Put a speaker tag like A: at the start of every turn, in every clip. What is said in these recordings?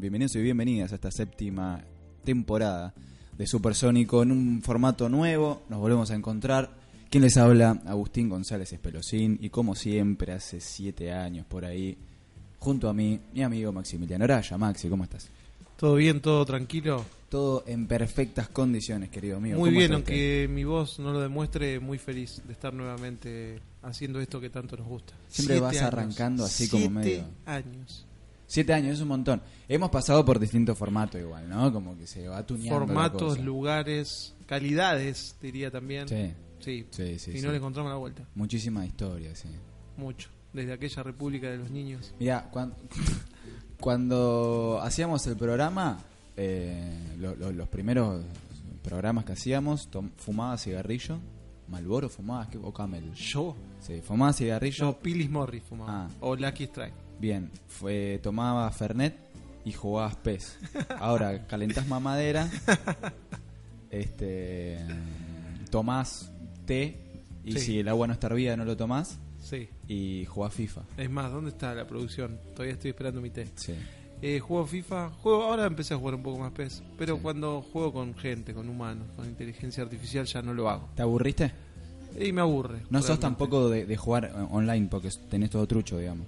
A: Bienvenidos y bienvenidas a esta séptima temporada de Supersónico en un formato nuevo. Nos volvemos a encontrar. ¿Quién les habla? Agustín González Espelosín. Y como siempre, hace siete años por ahí, junto a mí, mi amigo Maximiliano Araya. Maxi, ¿cómo estás?
B: Todo bien, todo tranquilo.
A: Todo en perfectas condiciones, querido mío.
B: Muy
A: ¿Cómo
B: bien,
A: está usted?
B: aunque mi voz no lo demuestre, muy feliz de estar nuevamente haciendo esto que tanto nos gusta.
A: Siempre
B: Siete
A: vas
B: años.
A: arrancando así como
B: Siete
A: medio.
B: años.
A: Siete años, es un montón. Hemos pasado por distintos formatos igual, ¿no? Como que se va tuneando la
B: Formatos,
A: cosa.
B: lugares, calidades, diría también.
A: Sí,
B: Sí.
A: sí, sí.
B: y
A: sí.
B: no le encontramos la vuelta.
A: Muchísima historia, sí.
B: Mucho. Desde aquella república de los niños.
A: Mira, cuando, cuando hacíamos el programa, eh, lo- lo- los primeros programas que hacíamos, tom- fumaba cigarrillo, Malboro fumaba o Camel.
B: Yo.
A: Sí, fumaba cigarrillo,
B: Yo, Pilis Morris fumaba.
A: Ah.
B: O Lucky Strike.
A: bien, fue, tomaba Fernet y jugabas pez. Ahora calentás mamadera, este, tomás té y
B: Sí.
A: si el agua no está hervida no lo tomás
B: Sí.
A: y jugás FIFA.
B: Es más, ¿dónde está la producción? Todavía estoy esperando mi té.
A: Sí.
B: Eh, juego FIFA, juego, ahora empecé a jugar un poco más PES, pero
A: Sí.
B: cuando juego con gente, con humanos, con inteligencia artificial ya no lo hago.
A: ¿Te aburriste?
B: Y me aburre.
A: No sos
B: realmente.
A: tampoco de, de jugar eh, online porque tenés todo trucho, digamos.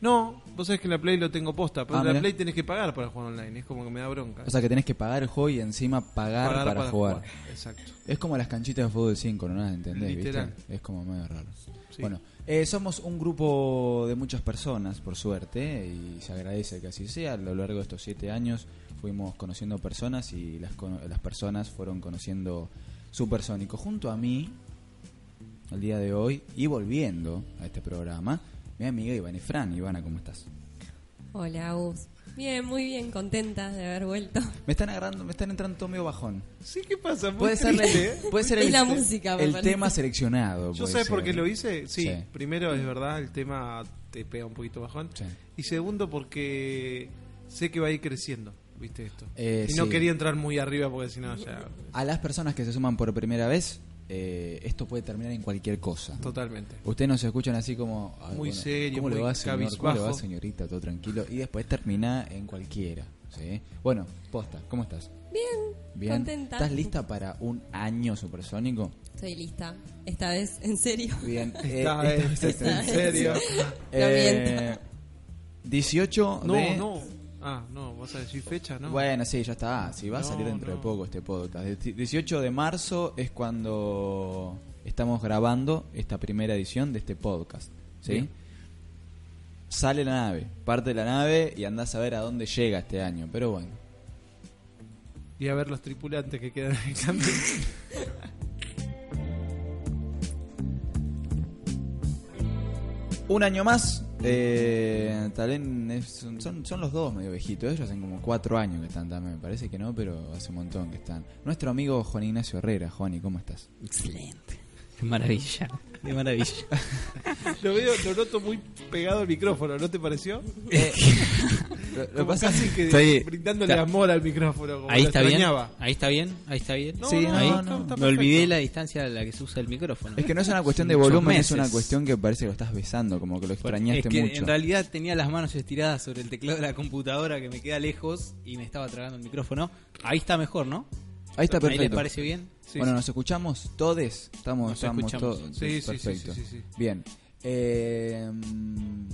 B: No, vos sabés que en la Play lo tengo posta, pero
A: Ah,
B: en la
A: mirá.
B: Play tenés que pagar para jugar online, es como que me da bronca.
A: O sea que tenés que pagar el juego y encima pagar, para, jugar.
B: Exacto.
A: Es como las canchitas de fútbol 5, ¿no? las ¿Entendés?
B: Literal.
A: ¿Viste? Es como medio raro.
B: Sí.
A: Bueno, eh, somos un grupo de muchas personas, por suerte, y se agradece que así sea. A lo largo de estos siete años fuimos conociendo personas y las, cono- las personas fueron conociendo Supersónico. Junto a mí, al día de hoy, y volviendo a este programa, mi amiga Iván Efran. Ivana, ¿cómo estás?
C: Hola, Agus. Bien, muy bien, contenta de haber vuelto.
A: Me están agarrando, me están entrando todo medio bajón.
B: Sí, ¿qué pasa? Muy
A: Puede ser, la-
B: triste, ¿eh?
A: puede ser el, este,
C: Es la música, me
A: el
C: parece.
A: tema seleccionado.
B: ¿Yo
A: puede
B: sabés por
A: ser.
B: qué lo hice? Sí,
A: Sí.
B: primero es verdad, el tema te pega un poquito bajón.
A: Sí.
B: Y segundo porque sé que va a ir creciendo, ¿viste esto?
A: Eh,
B: y no
A: sí.
B: quería entrar muy arriba porque si no ya...
A: A las personas que se suman por primera vez, eh, esto puede terminar en cualquier cosa.
B: Totalmente.
A: Ustedes nos escuchan así como. ay,
B: Muy serio,
A: ¿Cómo le
B: muy
A: va, señor? ¿Cómo le
B: cabizbajo.
A: va, señorita? Todo tranquilo. Y después termina en cualquiera. ¿sí? Bueno, posta, ¿cómo estás?
C: Bien,
A: Bien.
C: contenta.
A: ¿Estás lista para un año supersónico?
C: Estoy lista. Esta vez, en serio.
A: Bien. Eh,
B: Esta vez, en serio.
C: No
A: Eh, 18
B: No,
A: de-
B: no. Ah, no, vas a decir fecha, ¿no?
A: Bueno, sí, ya está. Si va a
B: No,
A: salir dentro
B: no.
A: de poco este podcast. El 18 de marzo es cuando estamos grabando esta primera edición de este podcast. ¿Sí?
B: Bien.
A: Sale la nave, parte la nave y andás a ver a dónde llega este año. Pero bueno,
B: Y a ver los tripulantes que quedan en el camino.
A: un año más. Eh, tal vez es- son, son los dos medio viejitos. Ellos hacen como cuatro años que están también. Me parece que no, pero hace un montón que están. Nuestro amigo Juan Ignacio Herrera. Juani, ¿cómo estás?
D: Excelente. Qué maravilla. Qué maravilla.
B: lo veo, lo noto muy pegado al micrófono, ¿no te pareció?
A: Eh, lo- lo
B: Como
A: pasa-
B: casi que
D: Estoy-
B: brindándole
D: está-
B: amor al micrófono, como
D: Ahí
B: lo
D: está bien.
B: extrañaba.
D: Ahí está bien. Ahí está bien.
B: No,
A: Sí,
B: no,
D: Ahí.
A: no,
B: está-
A: no.
B: está
D: Me olvidé
B: perfecto.
D: la distancia a la que se usa el micrófono.
A: Es que no es una cuestión de
D: Muchos
A: volumen, es
D: meses.
A: una cuestión que parece que lo estás besando, como que lo extrañaste
D: Es que
A: mucho.
D: en realidad tenía las manos estiradas sobre el teclado de la computadora que me queda lejos y me estaba tragando el micrófono. Ahí está mejor, ¿no?
A: Ahí está
D: Ahí les
A: perfecto.
D: parece bien.
B: Sí,
A: bueno,
B: sí.
A: nos escuchamos todes, estamos,
D: Nos
A: estamos
D: escuchamos.
A: todos.
B: Sí, sí, sí,
A: perfecto.
B: sí, sí, sí.
A: Bien. Eh,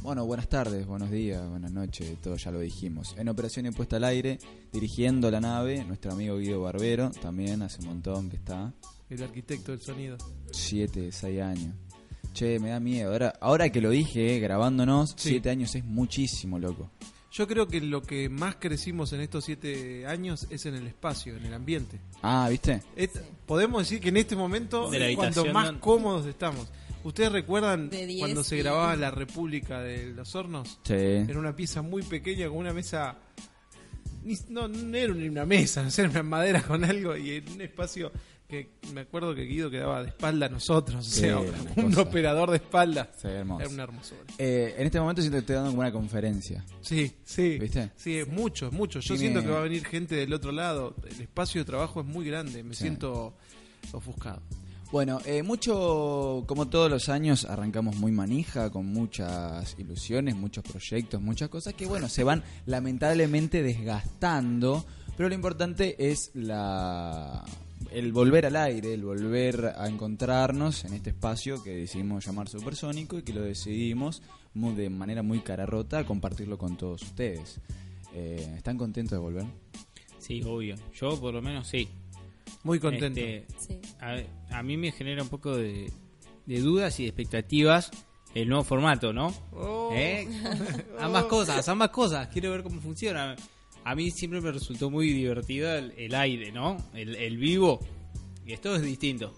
A: bueno, buenas tardes, buenos días, buenas noches, todo ya lo dijimos. En Operación Impuesta al Aire, dirigiendo la nave, nuestro amigo Guido Barbero, también hace un montón que está,
B: El arquitecto del sonido.
A: 7, 6 años. Che, me da miedo. Ahora, ahora que lo dije, eh, grabándonos,
B: Sí.
A: 7 años es muchísimo, loco.
B: Yo creo que lo que más crecimos en estos siete años es en el espacio, en el ambiente.
A: Ah, ¿viste?
B: Et- podemos decir que en este momento
D: De la
B: es cuando
D: habitación,
B: más
D: ¿no?
B: cómodos estamos. ¿Ustedes recuerdan
C: De 10
B: cuando se
C: y-
B: grababa La República de los Hornos?
A: Sí.
B: Era una pieza muy pequeña con una mesa. ni- No, no era ni una mesa, no sé, era una madera con algo y en un espacio que me acuerdo que Guido quedaba de espalda a nosotros, o
A: Sí, era
B: sea,
A: una
B: un
A: cosa.
B: operador de espalda.
A: Sí, hermoso.
B: Era una hermosura.
A: Eh, en este momento siento que estoy dando como una conferencia.
B: Sí, sí.
A: ¿Viste?
B: Sí, es mucho, es mucho. Yo
A: Tiene-
B: siento que va a venir gente del otro lado. El espacio de trabajo es muy grande, me
A: Sí.
B: siento ofuscado.
A: Bueno, eh, mucho, como todos los años, arrancamos muy manija, con muchas ilusiones, muchos proyectos, muchas cosas que, bueno, se van lamentablemente desgastando, pero lo importante es la el volver al aire, el volver a encontrarnos en este espacio que decidimos llamar Supersónico y que lo decidimos mu- de manera muy cara rota compartirlo con todos ustedes. Eh, ¿Están contentos de volver?
E: Sí, obvio. Yo por lo menos sí.
B: Muy contento.
E: Este,
C: Sí.
E: a, a mí me genera un poco de, de dudas y de expectativas el nuevo formato, ¿no?
B: Oh.
F: ¿Eh? ambas cosas, ambas cosas. Quiero ver cómo funciona. A mí siempre me resultó muy divertido el, el aire, ¿no? El, el vivo. Y esto es distinto.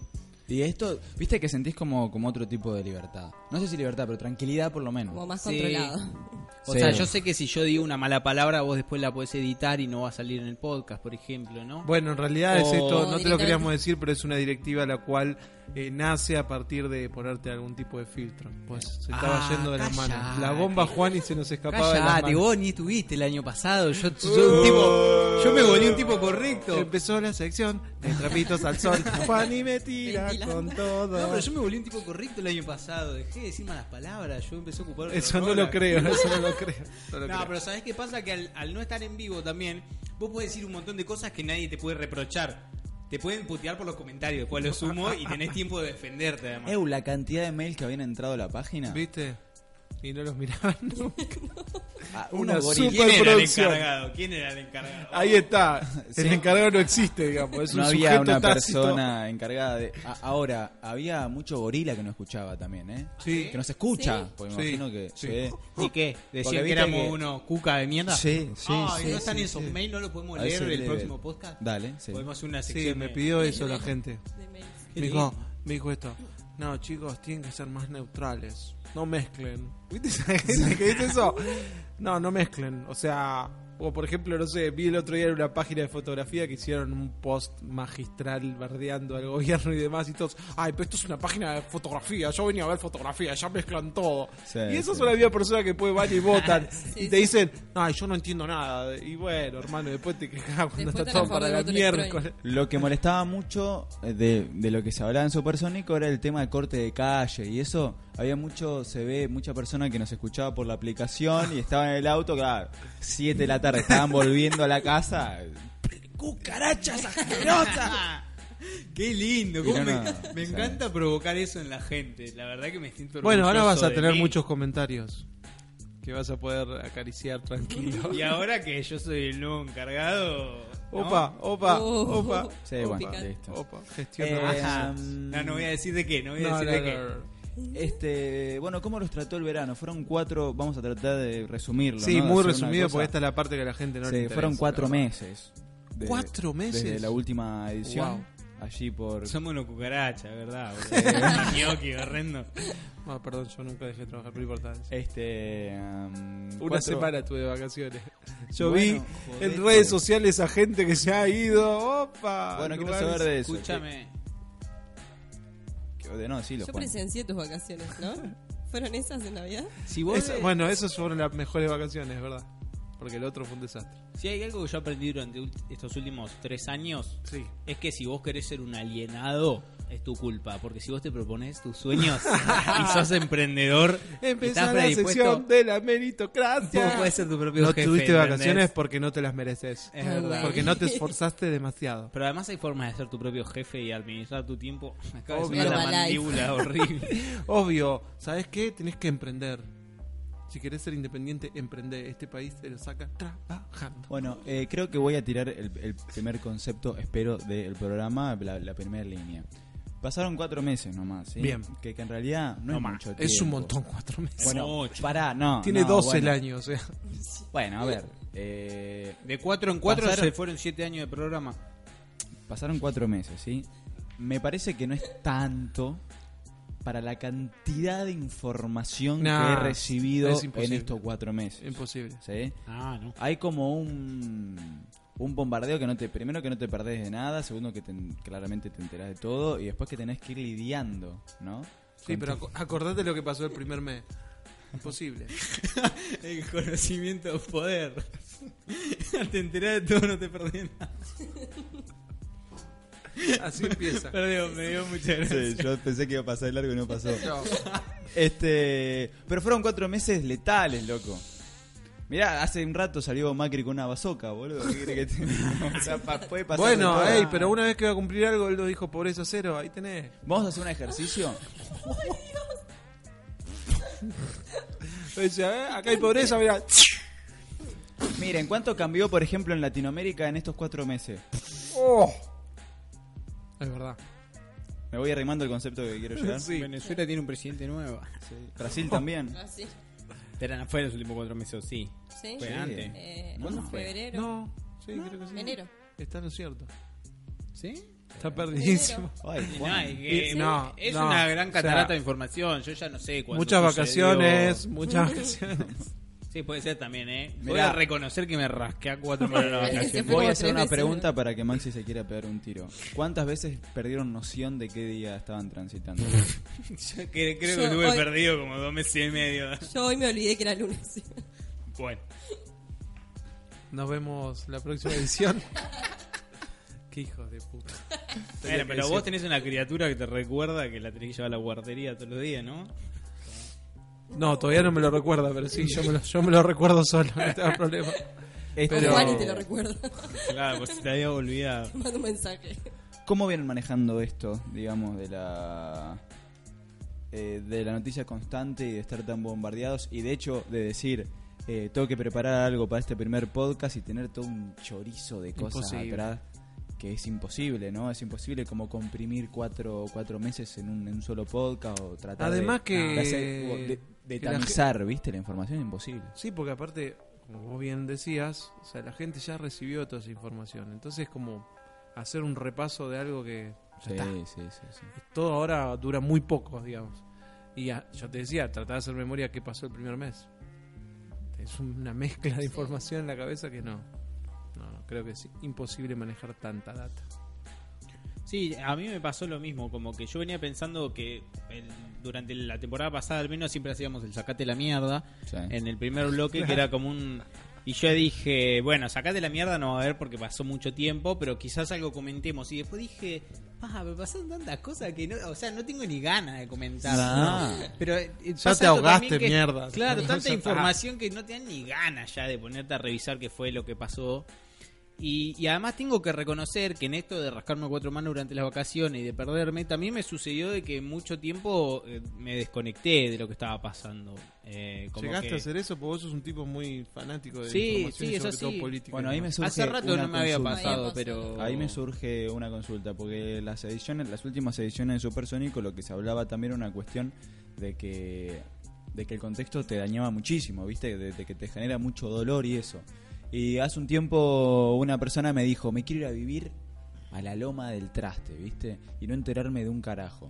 A: Y esto, viste que sentís como, como otro tipo de libertad. No sé si libertad, pero tranquilidad por lo
C: Como
A: menos.
C: más
F: Sí.
C: controlado.
F: O
A: Sí.
F: sea, yo sé que si yo digo una mala palabra, vos después la podés editar y no va a salir en el podcast, por ejemplo, ¿no?
B: Bueno, en realidad es
F: O
B: esto, no te lo
C: directamente.
B: queríamos decir, pero es una directiva la cual eh, nace a partir de ponerte algún tipo de filtro. Pues se estaba
F: Ah,
B: yendo de las
F: callate.
B: manos. La bomba Juan y se nos escapaba de las
F: Cállate,
B: manos.
F: vos ni estuviste el año pasado. Yo soy
B: Uh.
F: un tipo. Yo me volví un tipo correcto.
B: Empezó la sección de trapitos al sol. Juan y me tira
C: Ventilando.
B: con todo.
F: No, pero yo me volví un tipo correcto el año pasado. Dejé de decir malas palabras. Yo empecé a ocupar. otro
B: Eso no
F: rol
B: lo
F: acá.
B: creo, eso no lo creo. no lo
F: No,
B: creo.
F: pero ¿sabés qué pasa? Que al, al no estar en vivo también, vos podés decir un montón de cosas que nadie te puede reprochar. Te pueden putear por los comentarios, después lo sumo y tenés tiempo de defenderte además.
A: Eu, la cantidad de mails que habían entrado a la página.
B: ¿Viste? Y no los miraban nunca.
A: Ah,
B: Una
A: unos
B: super-
A: gorilas.
F: ¿Quién era el
B: producción.
F: encargado? ¿Quién era el encargado?
A: Ah,
B: Ahí está. El
A: Sí.
B: encargado no existe, digamos. Es
A: No
B: un
A: había
B: sujeto
A: una
B: tácito.
A: persona encargada de. a- ahora, había mucho gorila que no escuchaba también, ¿eh?
B: Sí.
A: Que nos escucha.
C: Sí.
A: Porque
B: Sí,
A: me imagino que.
B: sí.
A: Sí,
F: ¿Y qué?
A: Porque
F: ¿Decían que
A: viste
F: éramos
A: que-
F: unos cuca de mierda?
A: sí, sí.
F: Ay,
A: sí,
F: no están
A: sí,
F: en esos
A: sí.
F: mails, no los podemos
A: A
F: leer
A: ese
F: en el
A: nivel.
F: próximo podcast.
A: Dale, sí.
F: Podemos hacer una sección.
B: Sí, me
F: de-
B: pidió eso la gente.
C: de mails.
F: ¿Qué
B: Me
F: dijo?
B: dijo, me dijo esto. No, chicos, tienen que ser más neutrales. No mezclen. ¿Viste esa gente que dice eso? No, no mezclen. O sea, o por ejemplo, no sé, vi el otro día en una página de fotografía que hicieron un post magistral bardeando al gobierno y demás y todos, ay, pero esto es una página de fotografía, yo venía a ver fotografía, ya mezclan todo.
A: Sí,
B: y eso es
A: sí.
B: una misma persona que después van y votan y
C: Sí,
B: te
C: sí.
B: dicen, ay, yo no entiendo nada. Y bueno, hermano, después te quejas cuando
C: Después
B: está
C: te la
B: todo para
C: juegan
B: la
C: en voto electrónico.
B: miércoles.
A: Lo que molestaba mucho eh, de, de lo que se hablaba en Supersónico era el tema de corte de calle y eso había mucho, se ve mucha persona que nos escuchaba por la aplicación y estaba en el auto, claro, 7 de la tarde, estaban volviendo a la casa.
F: ¡Cucarachas asquerosas! ¡Qué lindo! cómo
A: Mirá
F: me,
A: nada,
F: me
A: o sea.
F: encanta provocar eso en la gente. La verdad que me siento
B: Bueno, ahora
F: orgulloso
B: vas a
F: de
B: tener
F: mí.
B: muchos comentarios que vas a poder acariciar tranquilo.
F: Y ahora que yo soy el nuevo encargado. ¿no?
B: Opa, opa,
C: Oh.
B: opa.
A: Sí,
B: opa,
A: bueno, listo.
B: Opa,
A: Eh,
B: gestiona.
F: Ajá.
A: mm.
F: No, no voy a decir de qué, no ah, voy a
B: No,
F: decir
B: no,
F: de
B: no,
F: qué.
B: no, no.
A: Este, bueno, ¿cómo los trató el verano? Fueron cuatro, vamos a tratar de resumirlo.
B: Sí,
A: ¿no? De
B: muy
A: hacer una
B: resumido
A: cosa-
B: porque esta es la parte que a la gente no le
A: Sí,
B: interesa.
A: fueron cuatro
B: la verdad.
A: meses. de-
B: ¿Cuatro meses?
A: Desde la última edición.
B: Wow.
A: Allí por...
F: Somos unos cucarachas, ¿verdad? boludo? Gnocchi, horrendo.
B: Ah, perdón, yo nunca dejé de trabajar, pero no importa.
A: Este... um,
B: Una
A: cuatro-
B: semana tuve de vacaciones. Yo
A: Bueno,
B: vi
A: jodete.
B: en redes sociales a gente que se ha ido. Opa.
A: Bueno, quiero
B: lugares-
A: saber de eso.
F: Escúchame.
A: Que- que- No, sí, lo
C: Yo presencié tus vacaciones, ¿no? ¿Fueron esas de Navidad?
F: Si vos.
B: Esa- bueno, esas fueron las mejores vacaciones, ¿verdad? Porque el otro fue un desastre.
F: Si hay algo que yo aprendí durante ult- estos últimos tres años,
B: Sí.
F: es que si vos querés ser un alienado, es tu culpa. Porque si vos te propones tus sueños y sos emprendedor,
B: Empezar
F: estás
B: la
F: predispuesto,
B: sección de la
F: vos
B: meritocracia.
F: podés ser tu propio
B: No
F: jefe,
B: tuviste
F: ¿entendés?
B: vacaciones porque no te las mereces.
F: Es
C: Ah,
F: verdad.
C: bueno.
B: Porque no te esforzaste demasiado.
F: Pero además hay formas de ser tu propio jefe y administrar tu tiempo. Me acaba de
B: Obvio.
F: sonar la
C: Herbalife.
F: mandíbula horrible.
B: Obvio, ¿sabes qué? Tenés que emprender. Si querés ser independiente, emprende. Este país te lo saca trabajando.
A: Bueno, eh, creo que voy a tirar el, el primer concepto, espero, del programa, la, la primera línea. Pasaron cuatro meses nomás, ¿sí?
B: Bien.
A: Que, que en realidad no, es mucho tiempo.
B: Es un montón, cuatro meses.
A: Bueno,
F: Ocho.
A: pará, no.
B: Tiene
A: no,
B: 12
A: bueno.
B: el año, o sea.
A: Bueno, a ver. eh,
F: De cuatro en cuatro
A: Pasaron-
F: se fueron siete años de programa.
A: pasaron cuatro meses, ¿sí? Me parece que no es tanto para la cantidad de información
B: Nah,
A: que he recibido
B: es
A: en
B: imposible.
A: estos cuatro meses.
B: Imposible.
A: ¿Sí?
F: Ah, no.
A: hay como un un bombardeo que no te primero que no te perdés de nada segundo que te- claramente te enterás de todo y después que tenés que ir lidiando no
B: Sí,
A: Con
B: pero
A: tu-
B: aco- acordate lo que pasó el primer mes. Imposible.
F: El conocimiento es poder. te enterás de todo, no te perdés nada.
B: Así empieza.
D: Pero digo, me dio mucha gracia.
A: Sí, yo pensé que iba a pasar de largo y no pasó.
B: No.
A: Este, pero fueron cuatro meses letales, loco. Mirá, hace un rato salió Macri con una bazoca, boludo. ¿Qué querés que te- O sea, pa- puede pasar de
B: Bueno,
A: todo.
B: ey, pero una vez que va a cumplir algo, él lo dijo pobreza cero, ahí tenés.
A: Vamos a hacer un ejercicio.
B: Dice, "Eh, acá hay pobreza, mira.
A: Miren, ¿cuánto cambió, por ejemplo, en Latinoamérica en estos cuatro meses?
B: Es verdad.
A: Me voy arrimando el concepto que quiero llegar.
B: Sí.
F: Venezuela tiene un presidente nuevo.
A: Brasil también.
C: Ah, sí.
F: Pero no fue en los últimos cuatro meses, sí.
C: ¿Sí?
F: Fue antes.
C: Eh,
A: ¿Cuándo
C: en
A: fue?
C: febrero.
B: No, sí, creo que sí.
C: Enero.
B: Está en lo cierto.
F: ¿Sí?
B: Está perdidísimo.
A: Ay, Juan.
F: No, es que-
B: Y- no,
F: es
B: no.
F: una gran
B: O sea,
F: catarata de información. Yo ya no sé cuándo
B: Muchas
F: sucedió.
B: vacaciones, muchas vacaciones.
F: Sí, puede ser también, ¿eh? Voy
A: Mirá.
F: a reconocer que me rasqué a cuatro meses de
C: Se
F: vacaciones.
C: fue
A: Voy
C: como
A: a hacer
C: tres
A: una
C: veces, ¿eh?
A: pregunta para que Maxi se quiera pegar un tiro. ¿Cuántas veces perdieron noción de qué día estaban transitando?
F: Yo cre- creo que
C: Yo
F: estuve
C: hoy-
F: perdido como dos meses y medio.
C: Yo hoy me olvidé que era lunes.
F: Bueno.
B: Nos vemos la próxima edición. Qué hijos de puta.
F: Bueno, pero vos tenés una criatura que te recuerda que la tenés que llevar a la guardería todos los días, ¿no?
B: No, todavía no me lo recuerda, pero sí, yo me lo, yo me lo recuerdo solo, no tengo problema.
A: Esto-
B: Pero-
C: Juan y te lo recuerdo.
F: Claro, pues te había olvidado.
C: Te mando un mensaje.
A: ¿Cómo vienen manejando esto, digamos, de la eh, de la noticia constante y de estar tan bombardeados y de hecho de decir eh, tengo que preparar algo para este primer podcast y tener todo un chorizo de cosas
B: Imposible.
A: atrás que es imposible, ¿no? Es imposible como comprimir cuatro, cuatro meses en un, en un solo podcast o tratar de-
B: Además que-
A: de, hacer- o de- de
B: que la
A: tamizar, ¿viste? La información es imposible.
B: Sí, porque aparte, como vos bien decías, o sea, la gente ya recibió toda esa información. Entonces, como hacer un repaso de algo que ya
A: Sí,
B: está.
A: sí, sí, sí.
B: todo ahora dura muy poco, digamos. Y a- yo te decía, tratá de hacer memoria qué pasó el primer mes. Es una mezcla de información en la cabeza que no. No, no, creo que es imposible manejar tanta data.
F: Sí, a mí me pasó lo mismo, como que yo venía pensando que el- durante la temporada pasada al menos siempre hacíamos el sacate la mierda
A: Sí.
F: en el primer bloque, que era como un... Y yo dije, bueno, sacate la mierda no va a haber porque pasó mucho tiempo, pero quizás algo comentemos. Y después dije, ah, me pasaron tantas cosas que no, o sea, no tengo ni ganas de comentar.
A: Ah.
F: ¿no? Pero eh,
B: Ya
F: pasa
B: te
F: esto
B: ahogaste,
F: también que-
B: mierda.
F: Claro,
B: Ya
F: tanta
B: está.
F: información que no te dan ni ganas ya de ponerte a revisar qué fue lo que pasó. Y, y además tengo que reconocer que en esto de rascarme cuatro manos durante las vacaciones y de perderme, también me sucedió de que mucho tiempo eh, me desconecté de lo que estaba pasando. Eh, como que-
B: eso? Porque vos sos un tipo muy fanático
F: de Sí, información sí, y es sobre todo así. política
A: Bueno, ahí me surge
F: Hace rato
A: una
F: no me había
A: consulta.
F: pasado,
C: Había
F: pero...
A: Ahí me surge una consulta, porque las ediciones, las últimas ediciones de Supersónico lo que se hablaba también era una cuestión de que de que el contexto te dañaba muchísimo, ¿viste? De, de que te genera mucho dolor y eso. Y hace un tiempo una persona me dijo, "Me quiero ir a vivir a la loma del traste", ¿viste? Y no enterarme de un carajo.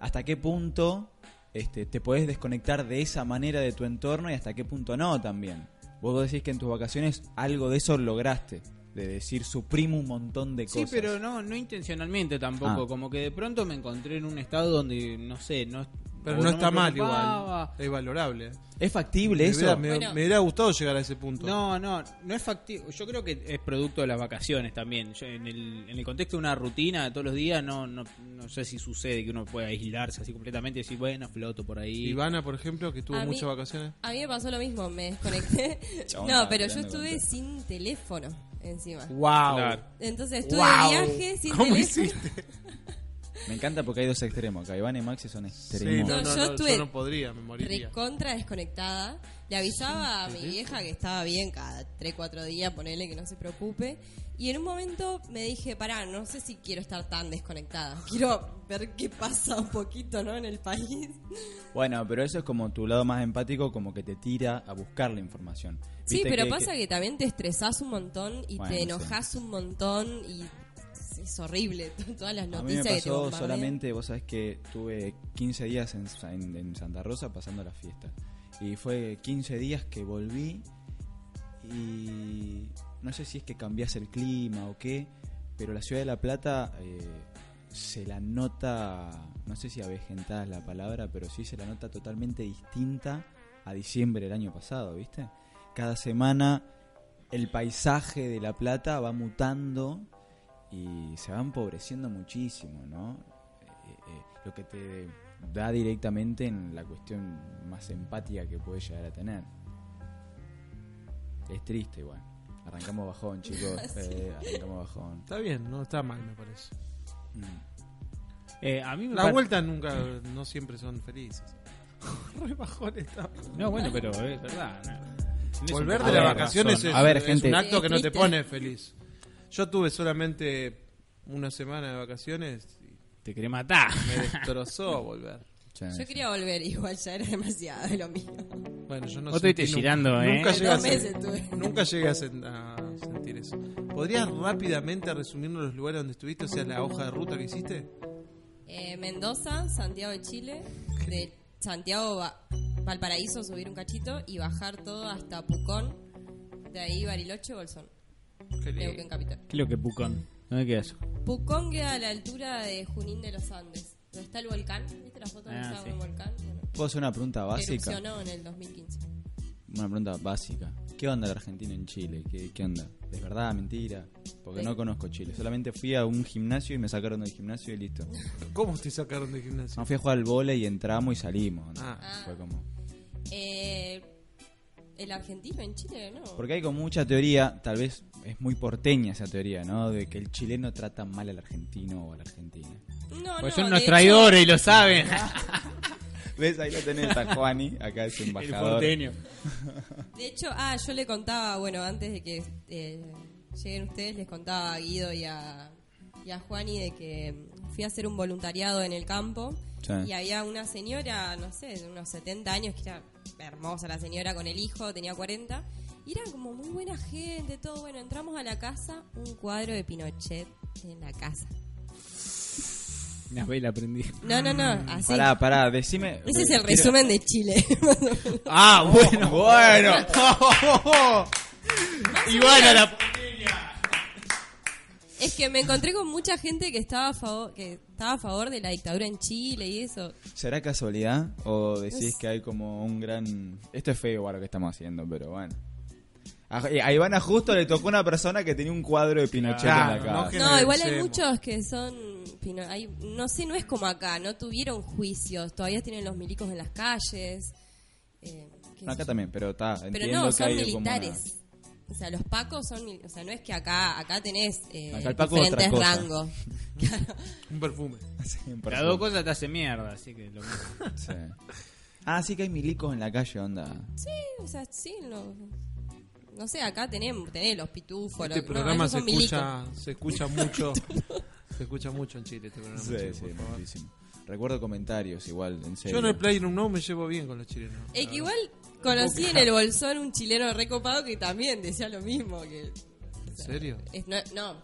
A: ¿Hasta qué punto este, te podés desconectar de esa manera de tu entorno y hasta qué punto no también? Vos decís que en tus vacaciones algo de eso lograste, de decir suprimo un montón de
F: Sí,
A: cosas.
F: pero no, no intencionalmente tampoco.
A: Ah.
F: Como que de pronto me encontré en un estado donde, no sé, no...
B: Pero
F: o
B: no
F: me
B: está mal igual.
F: preocupaba.
B: Es valorable.
A: ¿Es factible
B: Me
A: eso?
B: hubiera, me-
C: Bueno.
B: me hubiera gustado llegar a ese punto.
F: No, no, no es factible. Yo creo que es producto de las vacaciones también. Yo en, el, en el contexto de una rutina de todos los días, no, no, no sé si sucede que uno pueda aislarse así completamente y decir, bueno, floto por ahí.
B: Ivana, por ejemplo, que tuvo
C: A mí-
B: muchas vacaciones.
C: A mí me pasó lo mismo, me desconecté.
A: Chabón,
C: no,
A: estaba
C: pero
A: peleando
C: yo
A: con
C: estuve
A: todo.
C: sin teléfono encima.
B: ¡Wow!
F: Claro.
C: Entonces estuve
B: Wow.
C: de viaje sin
B: ¿Cómo
C: teléfono.
B: hiciste?
A: Me encanta porque hay dos extremos, acá Iván y Maxi son
B: Sí,
A: extremos.
B: no, no,
C: No, yo
B: no, yo,
C: estuve
B: no podría, me moriría.
C: Recontra desconectada. Le avisaba a mi vieja que estaba bien cada 3, 4 días, ponele que no se preocupe. Y en un momento me dije, pará, no sé si quiero estar tan desconectada. Quiero ver qué pasa un poquito, ¿no? En el país.
A: Bueno, pero eso es como tu lado más empático, como que te tira a buscar la información.
C: Sí,
A: Viste
C: pero
A: que-
C: pasa
A: que-
C: que... también te estresás un montón y
A: Bueno,
C: te
A: sí.
C: enojas un montón y es- es horrible todas las
A: A mí me
C: noticias que te
A: pasó
C: bombardean.
A: solamente, vos sabés que tuve 15 días en, Sa- en- en Santa Rosa pasando las fiestas. Y fue 15 días que volví y no sé si es que cambias el clima o qué, pero la ciudad de La Plata eh, se la nota, no sé si avejentada es la palabra, pero sí se la nota totalmente distinta a diciembre del año pasado, ¿viste? Cada semana el paisaje de La Plata va mutando y se va empobreciendo muchísimo, ¿no? Eh, eh, lo que te da directamente en la cuestión más empática que puedes llegar a tener. Es triste igual. Arrancamos bajón, chicos. Eh, arrancamos bajón.
B: Está bien, no está mal, me parece.
A: Mm.
F: Eh, a mí me
B: Las
F: pare-
B: vueltas nunca, no siempre son felices. Re bajón está.
F: No, bueno, pero eh, es verdad. no. Tenés
B: Volver
F: un-
B: de
A: la
B: las
A: ver,
B: vacaciones
A: razón.
B: es,
A: A ver,
B: es
A: gente.
B: un acto que no te
C: Triste.
B: pone feliz. Yo tuve solamente una semana de vacaciones y
F: Te querés matar.
B: me destrozó volver.
A: Ya,
C: Yo quería volver, igual ya era demasiado de lo mío.
B: Bueno, yo no
F: Vos te
B: sentí
F: viste
B: nunca-
F: girando, ¿eh?
B: Nunca llegué a,
C: Dos meses
B: sen-
C: tuve.
B: nunca llegué a sen- a sentir eso. ¿Podrías rápidamente resumirnos los lugares donde estuviste? O sea, la hoja de ruta que hiciste.
C: Eh, Mendoza, Santiago de Chile, de Santiago va- Valparaíso, subir un cachito y bajar todo hasta Pucón, de ahí Bariloche, Bolsón,
B: Qué lindo.
C: Neuquén Capital.
F: ¿Qué es lo que pucón? ¿Dónde queda eso?
C: Pucón queda a la altura de Junín de los Andes, donde está el volcán, ¿viste la foto donde
F: Ah,
C: estaba
F: sí.
C: el volcán? Bueno,
A: ¿Puedo hacer una pregunta
C: que
A: básica?
C: erupcionó en el 2015.
A: Una pregunta básica. ¿Qué onda el argentino en Chile? ¿Qué, qué onda? ¿Es verdad? ¿Mentira? Porque
C: Sí.
A: no conozco Chile. Solamente fui a un gimnasio y me sacaron del gimnasio y listo.
B: ¿Cómo te sacaron de gimnasio?
A: No fui a jugar al vole y entramos y salimos. ¿no?
B: Ah.
A: Fue como...
C: Eh, el argentino en Chile, ¿no?
A: Porque hay con mucha teoría, tal vez es muy porteña esa teoría, ¿no? De que el chileno trata mal al argentino o a la argentina.
C: No, no,
F: Pues son
C: de
F: unos
C: hecho-
F: traidores y lo saben.
A: ¿Ves? Ahí lo tenés a Juani, acá es
F: El
A: embajador.
F: porteño.
C: De hecho, ah, yo le contaba, bueno, antes de que eh, lleguen ustedes, les contaba a Guido y a, y a Juani de que fui a hacer un voluntariado en el campo
A: Sí.
C: y había una señora, no sé, de unos 70 años, que era hermosa la señora con el hijo, tenía 40, y era como muy buena gente, todo. Bueno, entramos a la casa, un cuadro de Pinochet en la casa.
F: Una vez la aprendí.
C: No, no, no, así.
A: Mm, Pará, pará, decime...
C: Ese es el
A: Quiero-
C: resumen de Chile.
F: Ah, bueno, bueno. y bueno, la...
C: Es que me encontré con mucha gente que estaba a favor, que estaba a favor de la dictadura en Chile y eso.
A: ¿Será casualidad? ¿O decís que hay como un gran... Esto es feo para lo que estamos haciendo, pero bueno. A, a Ivana justo le tocó una persona que tenía un cuadro de Pinochet
B: Claro,
A: en la
B: no
A: cara.
B: que-
C: No, igual hay
B: Genericemos.
C: muchos que son, pino- hay- no sé, no es como acá, no tuvieron juicios, todavía tienen los milicos en las calles. eh, qué
A: No,
C: sé
A: acá
C: yo.
A: también, pero está,
C: Pero
A: entiendo
C: no,
A: que
C: son
A: hay como una-
C: militares. O sea, los pacos son, mil- o sea, no es que acá, acá tenés eh,
A: Acá el paco es otra
C: diferentes
A: cosa.
C: rangos.
B: Un perfume. Este
A: Sí, por
F: Las dos
A: supuesto.
F: cosas te hacen mierda, así que lo mismo.
A: Sí. Ah, sí que hay milicos en la calle, onda.
C: O sea, sí, no, no sé, acá tenemos, tenés los pitufos,
B: Este
C: los, no,
B: programa
C: esos
B: se
C: son milicos.
B: escucha, se escucha mucho. se escucha mucho en Chile este programa.
A: Sí,
B: chicos,
A: sí,
B: por favor.
A: muchísimo. Recuerdo comentarios igual, en serio.
B: Yo en el Playroom No me llevo bien con los chilenos.
C: Es que igual conocí en el bolsón un chileno recopado que también decía lo mismo, que
B: ¿En serio?
C: es- no, no,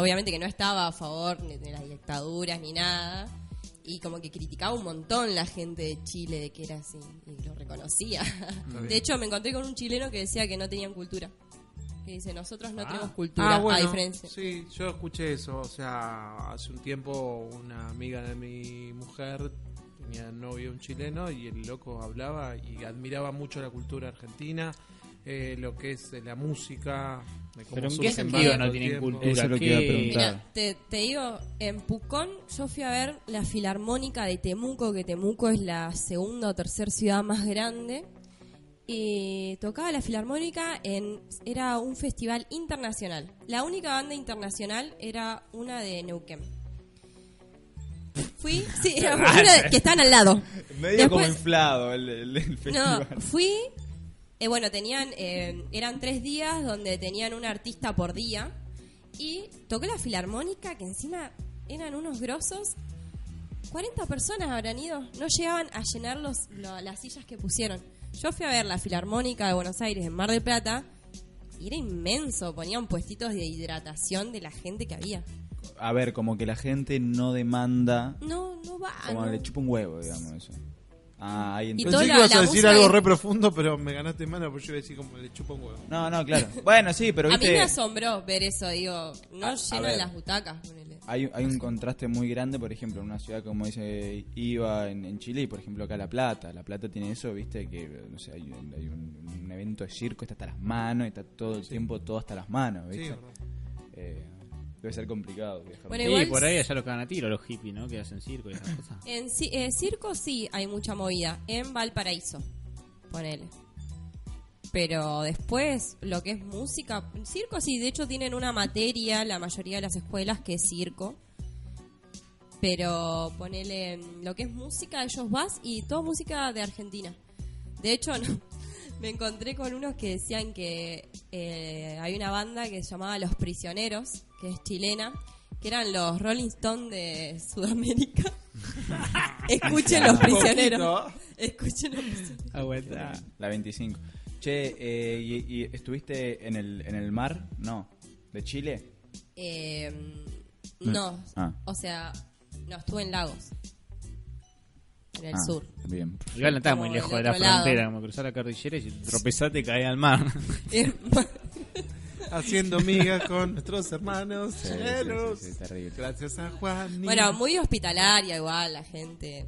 C: obviamente que no estaba a favor ni de las dictaduras ni nada, y como que criticaba un montón la gente de Chile de que era así, y lo reconocía.
B: bien.
C: De hecho, me encontré con un chileno que decía que no tenían cultura. Que dice, nosotros no tenemos cultura,
B: Ah, bueno.
C: a diferencia.
B: Sí, yo escuché eso. O sea, hace un tiempo una amiga de mi mujer tenía novio un chileno y el loco hablaba y admiraba mucho la cultura argentina, eh, lo que es eh, la música. de cómo
F: Pero ¿en
B: surgen
F: qué sentido
B: bandas todo
F: no
B: el
F: tienen
B: tiempo.
F: cultura?
A: Eso es lo que
F: ¿Qué-
A: iba a preguntar.
C: Mira, te, te digo, en Pucón yo fui a ver la Filarmónica de Temuco, que Temuco es la segunda o tercera ciudad más grande. Y tocaba la Filarmónica en. Era un festival internacional. La única banda internacional era una de Neuquén. Fui, sí, era una de- que están al lado.
A: Medio como
C: Después-
A: inflado el, el- el festival.
C: no, fui. eh, bueno, tenían. eh, eran tres días donde tenían un artista por día. Y toqué la filarmónica, que encima eran unos grosos. 40 personas habrán ido. No llegaban a llenar los, lo- las sillas que pusieron. Yo fui a ver la filarmónica de Buenos Aires en Mar del Plata. Y era inmenso. Ponían puestitos de hidratación de la gente que había.
A: A ver, como que la gente no demanda,
C: No, no va.
A: como
C: Ah, no.
A: le chupa un huevo, digamos eso. Ah, ahí entiendo.
C: toda
B: Pensé que
C: la-
B: ibas a
C: la
B: decir
C: música
B: algo
C: es-
B: re profundo, pero me ganaste mano porque yo iba a decir como le chupa un huevo.
A: No, no, claro. Bueno, sí, pero
C: A mí me
A: viste...
C: asombró ver eso. Digo, no
A: A- a ver.
C: llenan las butacas. ponele.
A: Hay, hay un contraste muy grande, por ejemplo, en una ciudad como dice Iva en, en Chile y, por ejemplo, acá La Plata. La Plata tiene eso, viste, que no sé, hay, un, hay un- un evento de circo, está hasta las manos, está todo el tiempo todo hasta las manos,
B: Sí,
A: viste.
B: ¿verdad?
A: Eh, Debe ser complicado viajar.
C: Bueno,
F: Sí,
C: igual
F: por ahí
C: s-
F: allá los cagan a tiro los hippies, ¿no? Que hacen circo y esas cosas.
C: En ci- eh, circo sí hay mucha movida. En Valparaíso, ponele. Pero después, lo que es música, circo sí, de hecho tienen una materia, la mayoría de las escuelas, que es circo. Pero ponele mm, lo que es música, ellos vas y toda música de Argentina. De hecho, no, me encontré con unos que decían que eh, hay una banda que se llamaba Los Prisioneros, que es chilena, que eran los Rolling Stones de Sudamérica. Escuchen los prisioneros. Escuchen los prisioneros.
F: Aguanta.
A: La 25. Che, eh, y, y estuviste en el, en el mar? No. ¿De Chile?
C: Eh, no,
A: Ah.
C: o sea, no, estuve en Lagos, en el
A: Ah,
C: sur.
A: Bien.
F: Igual no estaba
C: Como
F: muy
C: del
F: lejos de la
C: otro lado.
F: frontera, como cruzar la cordillera y si tropezaste caes al mar.
C: Eh,
B: Haciendo migas con nuestros hermanos
A: Sí, sí,
B: chilenos.
A: sí, sí, terrible.
B: Gracias a Juan.
C: bueno, muy hospitalaria igual la gente.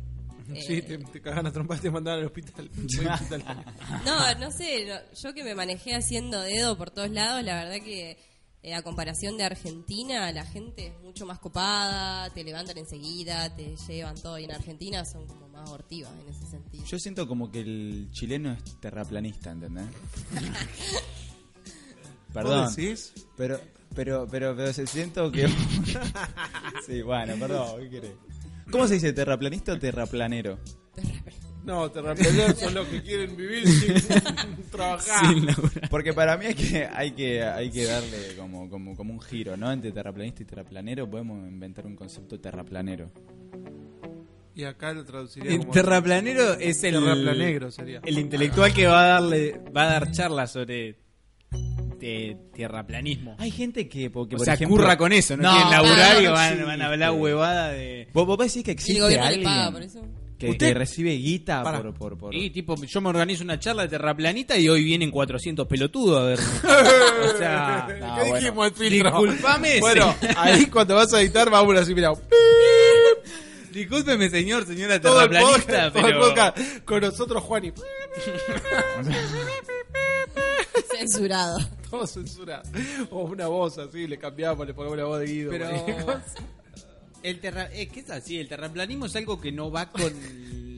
C: Eh,
B: Sí, te, te cagan a trompar y te mandan al hospital. Muy hospitalario.
C: No, no sé, no, yo que me manejé haciendo dedo por todos lados, la verdad que eh, a comparación de Argentina, la gente es mucho más copada, te levantan enseguida, te llevan todo, y en Argentina son como más abortivas en ese sentido.
A: Yo siento como que el chileno es terraplanista, ¿entendés? Perdón.
B: ¿Vos decís?
A: Pero, pero, pero, pero se siento que. sí, bueno, perdón, ¿qué querés? ¿Cómo se dice terraplanista o terraplanero?
B: No, terrapleneros son los que quieren vivir sin trabajar.
A: Porque para mí hay que, hay que, hay que darle como, como, como un giro, ¿no? Entre terraplanista y terraplanero podemos inventar un concepto terraplanero.
B: Y acá lo traduciría
F: El
B: como...
F: terraplanero es el
B: Terraplanegro sería.
F: El intelectual que va a darle va a dar charlas sobre eh, tierraplanismo.
A: Hay gente que, porque,
F: o
A: por
F: sea,
A: ejemplo,
F: curra con eso, no,
C: No,
F: quieren laburar
C: claro,
F: y
C: no
F: van,
A: existe.
F: van a
B: este,
F: hablar huevada de
A: ¿Vos, vos decís que
C: Y el
A: existe
C: gobierno le
A: alguien
C: paga por eso.
A: Que,
B: Usted-
A: que recibe guita
B: Pará.
A: por, por, por-
F: Y tipo, yo me organizo una charla de terraplanita y hoy vienen 400 pelotudos a verme. o sea,
A: No,
B: ¿Qué
A: bueno.
B: dijimos al filtro?
F: disculpame,
B: Bueno, ahí cuando vas a editar vamos así, mira.
F: se- discúlpeme señor, señora
B: Todo el
F: terraplanista,
B: podcast, todo el
F: pero
B: podcast con nosotros Juan y
C: Censurado.
B: todo censura. O una voz así, le cambiamos, le ponemos una voz de Guido.
F: pero el terra es que es así, el terraplanismo es algo que no va con la
B: Ya